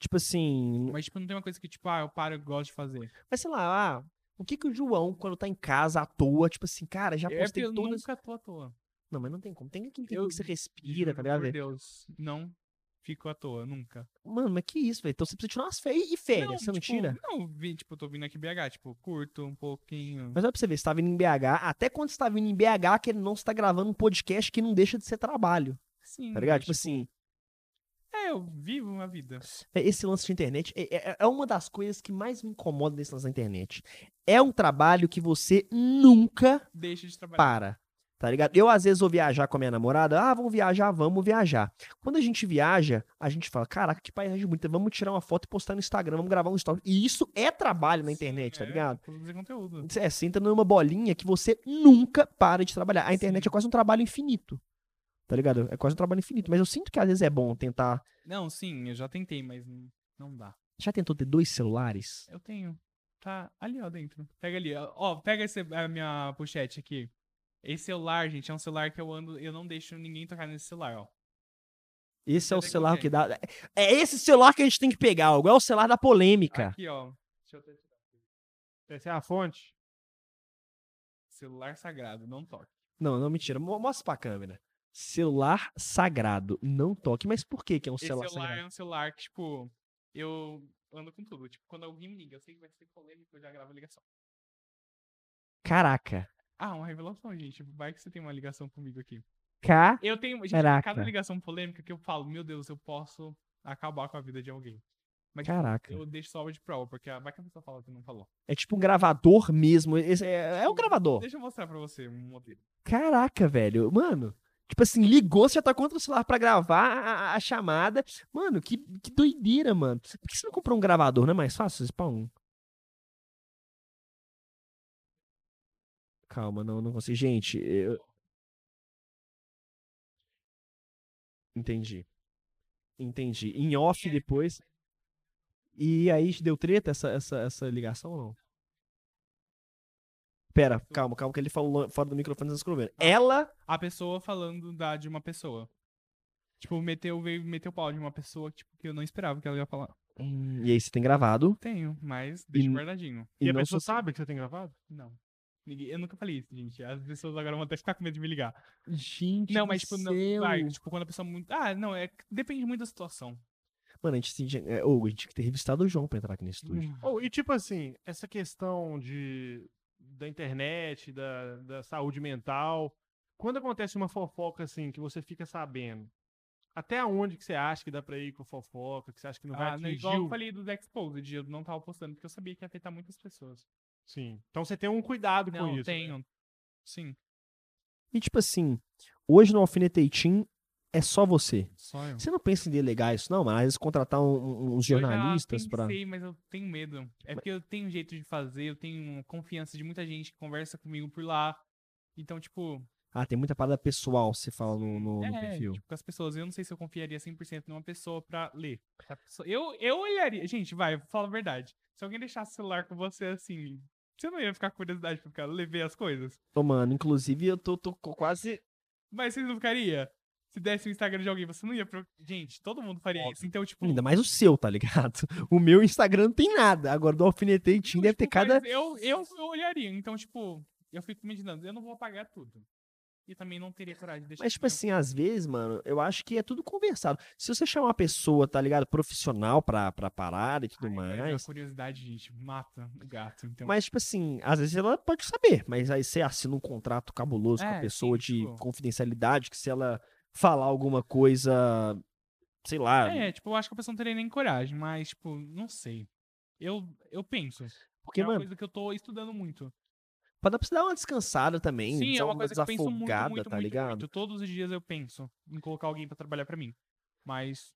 A: Tipo assim,
B: Mas, tipo, não tem uma coisa que, tipo, ah, eu paro e gosto de fazer.
A: Mas sei lá, ah, o que que o João, quando tá em casa à toa, tipo assim, cara, já
B: é porque
A: postei
B: eu
A: todas.
B: nunca tô à toa.
A: Não, mas não tem como. Tem aquele tempo
B: Eu
A: que você respira,
B: Juro
A: tá ligado?
B: Por
A: velho?
B: Deus, não fico à toa, nunca.
A: Mano, mas que isso, velho? Então você precisa tirar umas férias. E férias, você não
B: tipo,
A: tira?
B: Não, vi, tipo, eu tô vindo aqui em BH, tipo, curto um pouquinho.
A: Mas olha pra você ver, você tá vindo em BH, até quando você tá vindo em BH, que ele não está gravando um podcast que não deixa de ser trabalho,
B: Sim,
A: tá ligado?
B: mas,
A: Tipo assim,
B: É, eu vivo uma vida.
A: é, esse lance de internet é, é- é uma das coisas que mais me incomoda nesse lance da internet. É um trabalho que você nunca
B: Deixa de trabalhar.
A: para. Tá ligado? Eu, às vezes, vou viajar com a minha namorada. Ah, vamos viajar, vamos viajar. Quando a gente viaja, a gente fala: caraca, que paisagem bonita. Vamos tirar uma foto e postar no Instagram, vamos gravar um story. E isso é trabalho na
B: Sim,
A: internet, tá
B: é,
A: ligado?
B: Produzir conteúdo.
A: É, você entra numa bolinha que você nunca para de trabalhar. A internet
B: Sim.
A: é quase um trabalho infinito. Tá ligado? É quase um trabalho infinito. Mas eu sinto que às vezes é bom tentar.
B: Não, sim, eu já tentei, mas n- não dá.
A: Já tentou ter dois celulares?
B: Eu tenho. Tá ali, ó, dentro. Pega ali. ó, Ó, pega esse, a minha pochete aqui. Esse celular, gente, é um celular que eu ando, eu não deixo ninguém tocar nesse celular, ó.
A: Esse é o
B: Cadê que eu
A: celular que
B: tenho?
A: dá. É esse celular que a gente tem que pegar, ó, igual o celular da polêmica.
B: Aqui, ó. Deixa eu até tirar.
C: Essa é a fonte.
B: Celular sagrado, não toque.
A: Não, não, mentira. Mo- Mostra pra câmera. Celular sagrado. Não toque. Mas por que, que é um
B: Esse
A: celular,
B: celular
A: sagrado?
B: é um celular que, tipo, eu ando com tudo. Tipo, quando alguém me liga, eu sei que vai ser polêmico, eu já gravo a ligação. é
A: Caraca.
B: Ah, uma revelação, gente. Vai que você tem uma ligação comigo aqui.
A: K.
B: Eu tenho, gente,
A: Caraca.
B: cada ligação polêmica que eu falo, meu Deus, eu posso acabar com a vida de alguém. Mas tipo,
A: Caraca.
B: eu deixo só de prova, porque ah, vai que a pessoa fala que não falou.
A: É tipo um gravador mesmo. Esse é, é um gravador.
B: Deixa eu mostrar pra você um modelo.
A: Caraca, velho. Mano. Tipo assim, ligou, você já tá contra o celular pra gravar a, a- a chamada. Mano, que, que doideira, mano. Por que você não comprou um gravador? Não é mais fácil? Você um. calma, não, não consigo. Gente, eu. Entendi. Entendi. Em off depois. E aí deu treta essa, essa, essa ligação ou não? Pera, calma, calma, que ele falou lo- fora do microfone, vocês não escrevendo. Ela.
B: A pessoa falando da, de uma pessoa. Tipo, meteu, veio, meteu pau de uma pessoa tipo, que eu não esperava que ela ia falar.
A: Hum, E aí, você tem gravado.
B: Tenho, mas deixa
A: E-
B: guardadinho.
C: E, a
A: não
C: pessoa
A: sou-
C: sabe que você tem gravado?
B: Não. Ninguém- Eu nunca falei isso, gente. As pessoas agora vão até ficar com medo de me ligar.
A: Gente,
B: tá não,
A: do
B: mas tipo, não,
A: céu.
B: vai, tipo, quando a pessoa muito. Ah, não, é. Depende muito da situação.
A: Mano, a gente tinha. é, Ô, a gente tinha que ter revistado o João pra entrar aqui nesse estúdio.
C: Oh, e tipo assim, essa questão de da internet, da, da saúde mental, quando acontece uma fofoca assim que você fica sabendo, até onde que você acha que dá pra ir com a fofoca, que você acha que não vai
B: Ah, não,
C: atingir?
B: igual eu
C: o-
B: falei dos Exposed, eu não tava postando, porque eu sabia que ia afetar muitas pessoas.
C: Sim. Então você tem um cuidado com
B: Não,
C: isso. né?
B: tenho. Sim.
A: E tipo assim, hoje no Alfinetei Team é só você.
B: Só eu.
A: Você não pensa em delegar isso, não, mas às vezes contratar um- um-
B: é,
A: uns
B: ah,
A: jornalistas
B: eu já
A: pra.
B: pensei, mas eu tenho medo. É porque eu tenho um jeito de fazer, eu tenho confiança de muita gente que conversa comigo por lá. Então, tipo,
A: Ah, tem muita parada pessoal, você fala no, no- no
B: é,
A: perfil.
B: tipo, com as pessoas, eu não sei se eu confiaria 100% numa pessoa pra ler. Essa pessoa- Eu, eu olharia, gente, vai, fala a verdade. Se alguém deixasse o celular com você assim, você não ia ficar com curiosidade pra ficar levar as coisas.
A: Ô, mano, inclusive eu tô, tô co- quase.
B: Mas você não ficaria? Se desse o Instagram de alguém, você não ia. Pro... Gente, todo mundo faria isso. Então, tipo.
A: Ainda mais o seu, tá ligado? O meu Instagram não tem nada. Agora do Alfinetei Team
B: Não,
A: deve ter
B: tipo, mas
A: cada.
B: Eu, eu, eu olharia, então, tipo, eu fico imaginando, eu não vou apagar tudo. E também não teria coragem de deixar.
A: Mas, tipo
B: meu-
A: assim, às vezes, mano, eu acho que é tudo conversado. Se você chamar uma pessoa, tá ligado, profissional pra, pra parada e tudo
B: Mas
A: mais.
B: A curiosidade, gente, mata o gato. Então,
A: Mas, tipo assim, às vezes ela pode saber, mas aí você assina um contrato cabuloso com a
B: É,
A: pessoa
B: sim,
A: de
B: tipo-
A: confidencialidade, que se ela falar alguma coisa, sei lá.
B: é, tipo, eu acho que a pessoa não teria nem coragem, mas, tipo, não sei. Eu, eu penso.
A: porque,
B: é uma
A: mano,
B: coisa que eu tô estudando muito.
A: pra dar pra você dar uma descansada também,
B: Sim,
A: dar
B: é uma coisa que eu penso muito,
A: desafogada,
B: muito,
A: tá
B: muito,
A: ligado?
B: muito. Todos os dias eu penso em colocar alguém pra trabalhar pra mim. Mas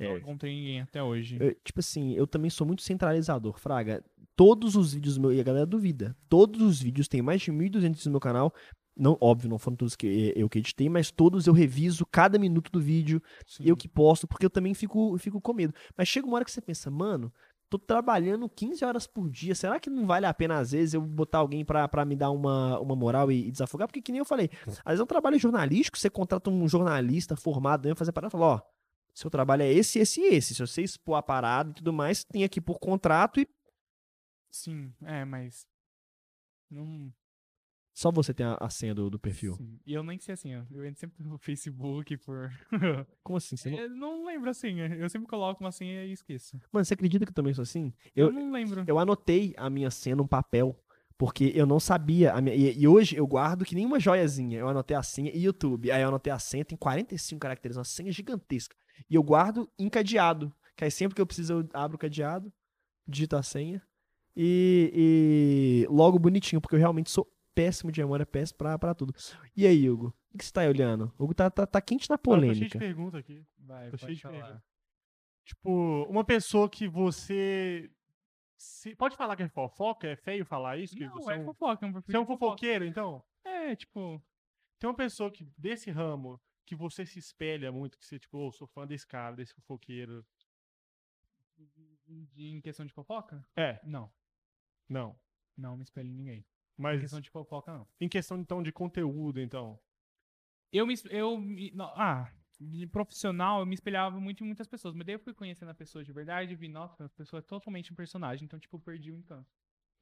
B: não
A: É.
B: encontrei ninguém até hoje.
A: Eu, tipo assim, eu também sou muito centralizador, Fraga. Todos os vídeos meus, e a galera duvida, todos os vídeos, tem mais de 1.200 no meu canal. Não, óbvio, não foram todos que eh, eu que editei, mas todos eu reviso cada minuto do vídeo,
B: Sim.
A: eu que posto, porque eu também fico, fico com medo. Mas chega uma hora que você pensa, mano, tô trabalhando 15 horas por dia, será que não vale a pena, às vezes, eu botar alguém pra, pra me dar uma, uma moral e, e desafogar? Porque, que nem eu falei, às vezes é um trabalho jornalístico, você contrata um jornalista formado, né, fazer parada e fala, ó, seu trabalho é esse, esse e esse. Se você expor a parada e tudo mais, tem aqui por contrato e
B: Sim, é, mas. Não.
A: só você tem a, a senha do, do perfil.
B: Sim. E eu nem sei assim, eu entro sempre no Facebook por.
A: Como assim? Você não-
B: Eu não lembro a senha. Eu sempre coloco uma senha e esqueço.
A: Mano, você acredita que eu também sou assim?
B: Eu,
A: Eu,
B: não lembro.
A: eu anotei a minha senha num papel, porque eu não sabia. a minha- e, e hoje eu guardo que nem uma joiazinha. Eu anotei a senha e YouTube. Aí eu anotei a senha, tem 45 caracteres, uma senha gigantesca. E eu guardo encadeado. Que aí sempre que eu preciso, eu abro o cadeado, digito a senha. E, e logo bonitinho, porque eu realmente sou péssimo de memória, péssimo pra, pra tudo. E aí, Hugo? O que você tá aí olhando? Hugo tá, tá, tá quente na
C: Cara, eu tô cheio de
A: polêmica.
C: pergunta aqui.
B: Vai,
C: Tô
B: pode
C: cheio de
B: falar.
C: pergunta. Tipo, uma pessoa que você se- pode falar que é fofoca, é feio falar isso, que
B: Não,
C: você
B: é
C: um-
B: fofoca, é um perfil
C: você é um
B: de fofoca.
C: fofoqueiro, então?
B: É, tipo.
C: Tem uma pessoa que, desse ramo que você se espelha muito, que você, tipo, "Ô, sou fã desse cara, desse fofoqueiro.
B: de- em questão de fofoca?
C: É,
B: Não.
C: não.
B: Não me espelho em ninguém. Em
C: Mas
B: questão de fofoca, não.
C: em questão, então, de conteúdo, então.
B: Eu me. es- Eu, me- não, ah, de profissional, eu me espelhava muito em muitas pessoas. Mas daí eu fui conhecendo a pessoa de verdade e vi, nossa, a pessoa é totalmente um personagem. Então, tipo, eu perdi o encanto.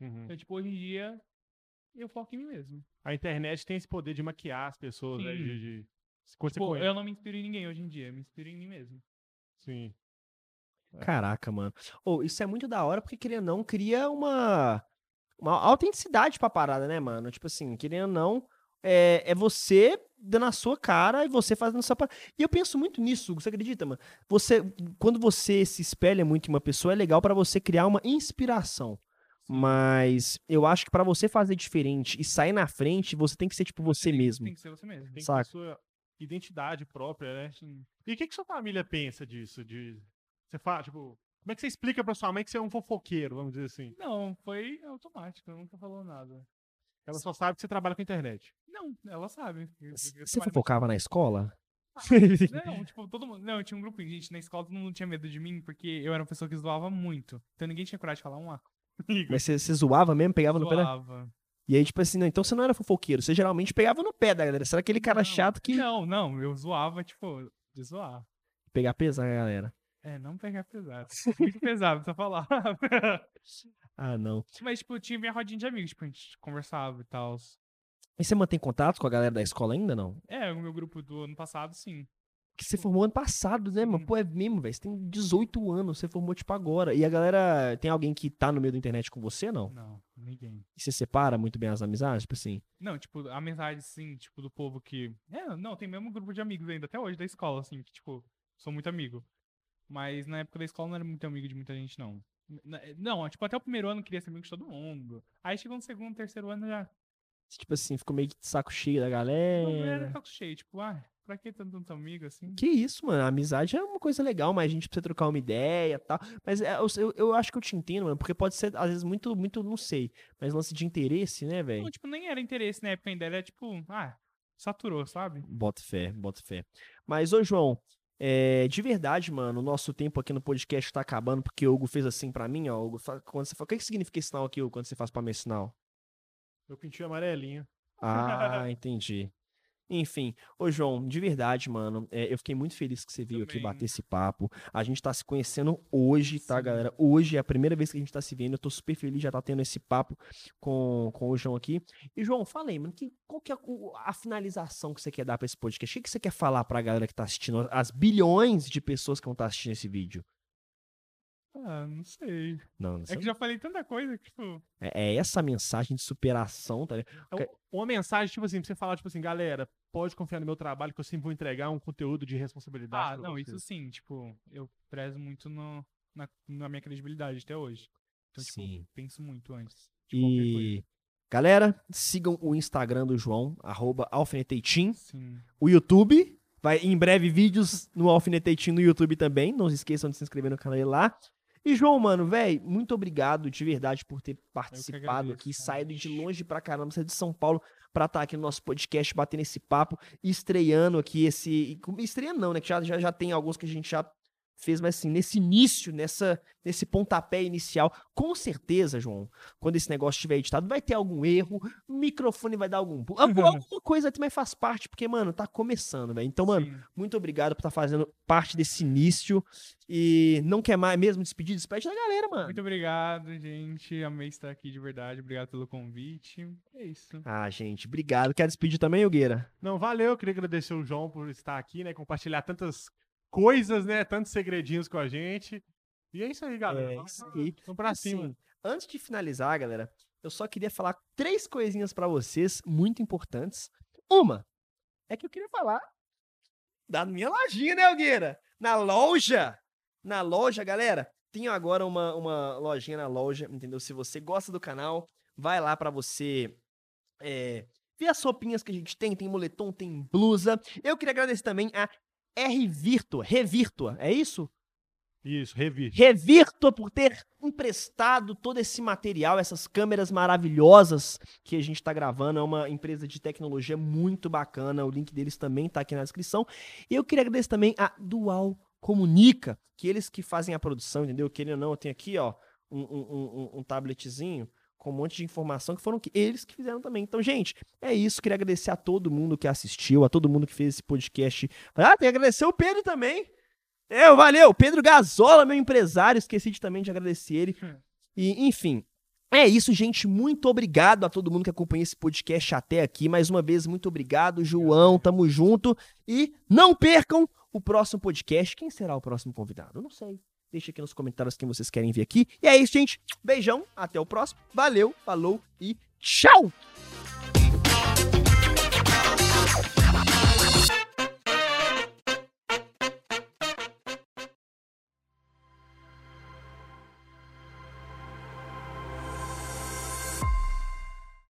C: Uhum.
B: Então, tipo, hoje em dia, eu foco em mim mesmo.
C: A internet tem esse poder de maquiar as pessoas, né?
B: Sim.
C: De, de- quando você
B: Tipo,
C: conhece,
B: eu não me inspiro em ninguém hoje em dia, eu me inspiro em mim mesmo.
C: Sim.
A: Caraca, mano. Ô, isso é muito da hora, porque querendo ou não, cria uma, uma autenticidade pra parada, né, mano? Tipo assim, querendo ou não, é, é você dando a sua cara e você fazendo a sua parada. E eu penso muito nisso, Hugo, você acredita, mano? Você, quando você se espelha muito em uma pessoa, é legal pra você criar uma inspiração. Mas eu acho que pra você fazer diferente e sair na frente, você tem que ser tipo você
B: tem,
A: mesmo.
B: Tem que ser você mesmo.
C: Tem que ter
A: Saca.
C: sua identidade própria, né?
B: Sim.
C: E o que, que sua família pensa disso? De... Você fala, tipo, como é que você explica pra sua mãe que você é um fofoqueiro, vamos dizer assim?
B: Não, foi automático, nunca falou nada.
C: Ela só sabe que você trabalha com internet.
B: Não, ela sabe. Eu- eu
A: Você
B: trabalho
A: fofocava na escola?
B: Ah, Não, tipo, todo mundo. Não, eu tinha um grupo de gente na escola, todo mundo tinha medo de mim, porque eu era uma pessoa que zoava muito. Então ninguém tinha coragem de falar um A.
A: Mas você, você zoava mesmo, pegava no pé da...
B: Zoava.
A: E aí, tipo assim, não, então você não era fofoqueiro, você geralmente pegava no pé da galera. Você era aquele cara
B: Não,
A: chato que
B: Não, não, eu zoava, tipo, de zoar.
A: pegar pesado na galera.
B: É, não pegar pesado. Muito pesado essa falar.
A: Ah, não.
B: Mas, tipo, eu tinha minha rodinha de amigos, tipo, a gente conversava e tal.
A: E você mantém contato com a galera da escola ainda, não?
B: É, o meu grupo do ano passado, sim.
A: Que você formou ano passado, né, mano?
B: Hum. Sim.
A: Pô, é mesmo, velho. Você tem 18 anos, você formou tipo agora. E a galera. Tem alguém que tá no meio da internet com você, não?
B: Não, ninguém.
A: E você separa muito bem as amizades? Tipo assim.
B: Não, tipo, a mensagem, sim, tipo, do povo que. É, não, tem mesmo grupo de amigos ainda, até hoje, da escola, assim, que, tipo, sou muito amigo. Mas na época da escola não era muito amigo de muita gente, não. N- n- Não, tipo, até o primeiro ano eu queria ser amigo de todo mundo. Aí chegou no segundo, terceiro ano já.
A: Você, tipo assim, ficou meio que de saco cheio da
B: Não era
A: galera.
B: saco cheio, tipo, ah, pra que tanto, tanto amigo assim?
A: Que isso, mano. A amizade é uma coisa legal, mas a gente precisa trocar uma ideia e tal. Mas é, eu, eu- eu acho que eu te entendo, mano. Porque pode ser, às vezes, muito, muito, não sei. Mas lance de interesse, né, velho?
B: Não, tipo, nem era interesse na época ainda, era tipo, ah, saturou, sabe?
A: Bota fé, bota fé. Mas, ô João, é, de verdade, mano, o nosso tempo aqui no podcast tá acabando porque o Hugo fez assim pra mim, ó. Hugo, fa- quando você fa- o que, que significa esse sinal aqui, Hugo, quando você faz pra mim esse sinal?
C: Eu pintei amarelinho.
A: Ah, entendi. Enfim, ô João, de verdade, mano, é, eu fiquei muito feliz que você veio aqui
B: Também.
A: bater esse papo. A gente tá se conhecendo hoje, tá,
B: Sim.
A: galera? Hoje é a primeira vez que a gente tá se vendo. Eu tô super feliz já tá tendo esse papo com, com o João aqui. E, João, fala aí, mano, que, qual que é o- a finalização que você quer dar pra esse podcast? O que, que você quer falar pra galera que tá assistindo, as bilhões de pessoas que vão estar assistindo esse vídeo?
B: Ah, não sei.
A: Não, não
B: É
A: sei.
B: que já falei tanta coisa que, tipo,
A: É, é essa a mensagem de superação, tá ligado?
C: É um- Uma mensagem, tipo assim, pra você falar, tipo assim, galera, pode confiar no meu trabalho que eu sempre vou entregar um conteúdo de responsabilidade.
B: Ah,
C: pra
B: não,
C: vocês.
B: isso sim, tipo, eu prezo muito no, na, na minha credibilidade até hoje. Então,
A: Sim.
B: tipo, penso muito antes de qualquer coisa.
A: E. Galera, sigam o Instagram do João, arroba alfineteitim.
B: Sim.
A: o YouTube. Vai em breve vídeos no Alfinetetinho no YouTube também. Não se esqueçam de se inscrever no canal aí lá. E, João, mano, velho, muito obrigado de verdade por ter participado
B: agradeço,
A: aqui,
B: cara.
A: saído de longe pra caramba, saído de São Paulo pra estar aqui no nosso podcast, batendo esse papo, estreando aqui esse. Estreando não, né? Que já, já, já tem alguns que a gente já fez, mas assim, nesse início, nessa, nesse pontapé inicial, com certeza, João, quando esse negócio estiver editado, vai ter algum erro, o microfone vai dar algum. bu-
B: Uhum.
A: Alguma alguma coisa também faz parte, porque, mano, tá começando, velho. Então, mano,
B: sim.
A: muito obrigado por estar fazendo parte desse início. E não quer mais mesmo despedir? Despede da galera, mano.
B: Muito obrigado, gente. Amei estar aqui de verdade. Obrigado pelo convite. É isso.
A: Ah, gente, obrigado. Quer despedir também, Yogueira?
C: Não, valeu. Eu queria agradecer o João por estar aqui, né? Compartilhar tantas coisas, né? Tantos segredinhos com a gente. E é isso aí, galera.
A: É
C: Vamos-
A: isso aí.
C: Vamos pra
A: Assim,
C: cima.
A: antes de finalizar, galera, eu só queria falar três coisinhas pra vocês muito importantes. Uma é que eu queria falar da minha lojinha, né, Algueira? Na loja! Na loja, galera, tenho agora uma, uma lojinha na loja, entendeu? Se você gosta do canal, vai lá pra você é, ver as roupinhas que a gente tem. Tem moletom, tem blusa. Eu queria agradecer também a R-Virtua, Revirtua, é isso?
C: Isso, revi.
A: Revirto por ter emprestado todo esse material, essas câmeras maravilhosas que a gente está gravando. É uma empresa de tecnologia muito bacana. O link deles também está aqui na descrição. E eu queria agradecer também a Dual Comunica, que eles que fazem a produção, entendeu? Querendo ou não, eu tenho aqui ó, um, um, um, um tabletzinho com um monte de informação que foram que- eles que fizeram também. Então, gente, é isso. Queria agradecer a todo mundo que assistiu, a todo mundo que fez esse podcast. Ah, tem que agradecer o Pedro também. Eu, É, valeu! Pedro Gazola, meu empresário, esqueci de, também de agradecer ele. E, enfim, é isso, gente. Muito obrigado a todo mundo que acompanha esse podcast até aqui. Mais uma vez, muito obrigado, João. Tamo junto. E não percam o próximo podcast. Quem será o próximo convidado? Eu não sei. Deixa aqui nos comentários quem vocês querem ver aqui. E é isso, gente. Beijão, até o próximo. Valeu, falou e tchau!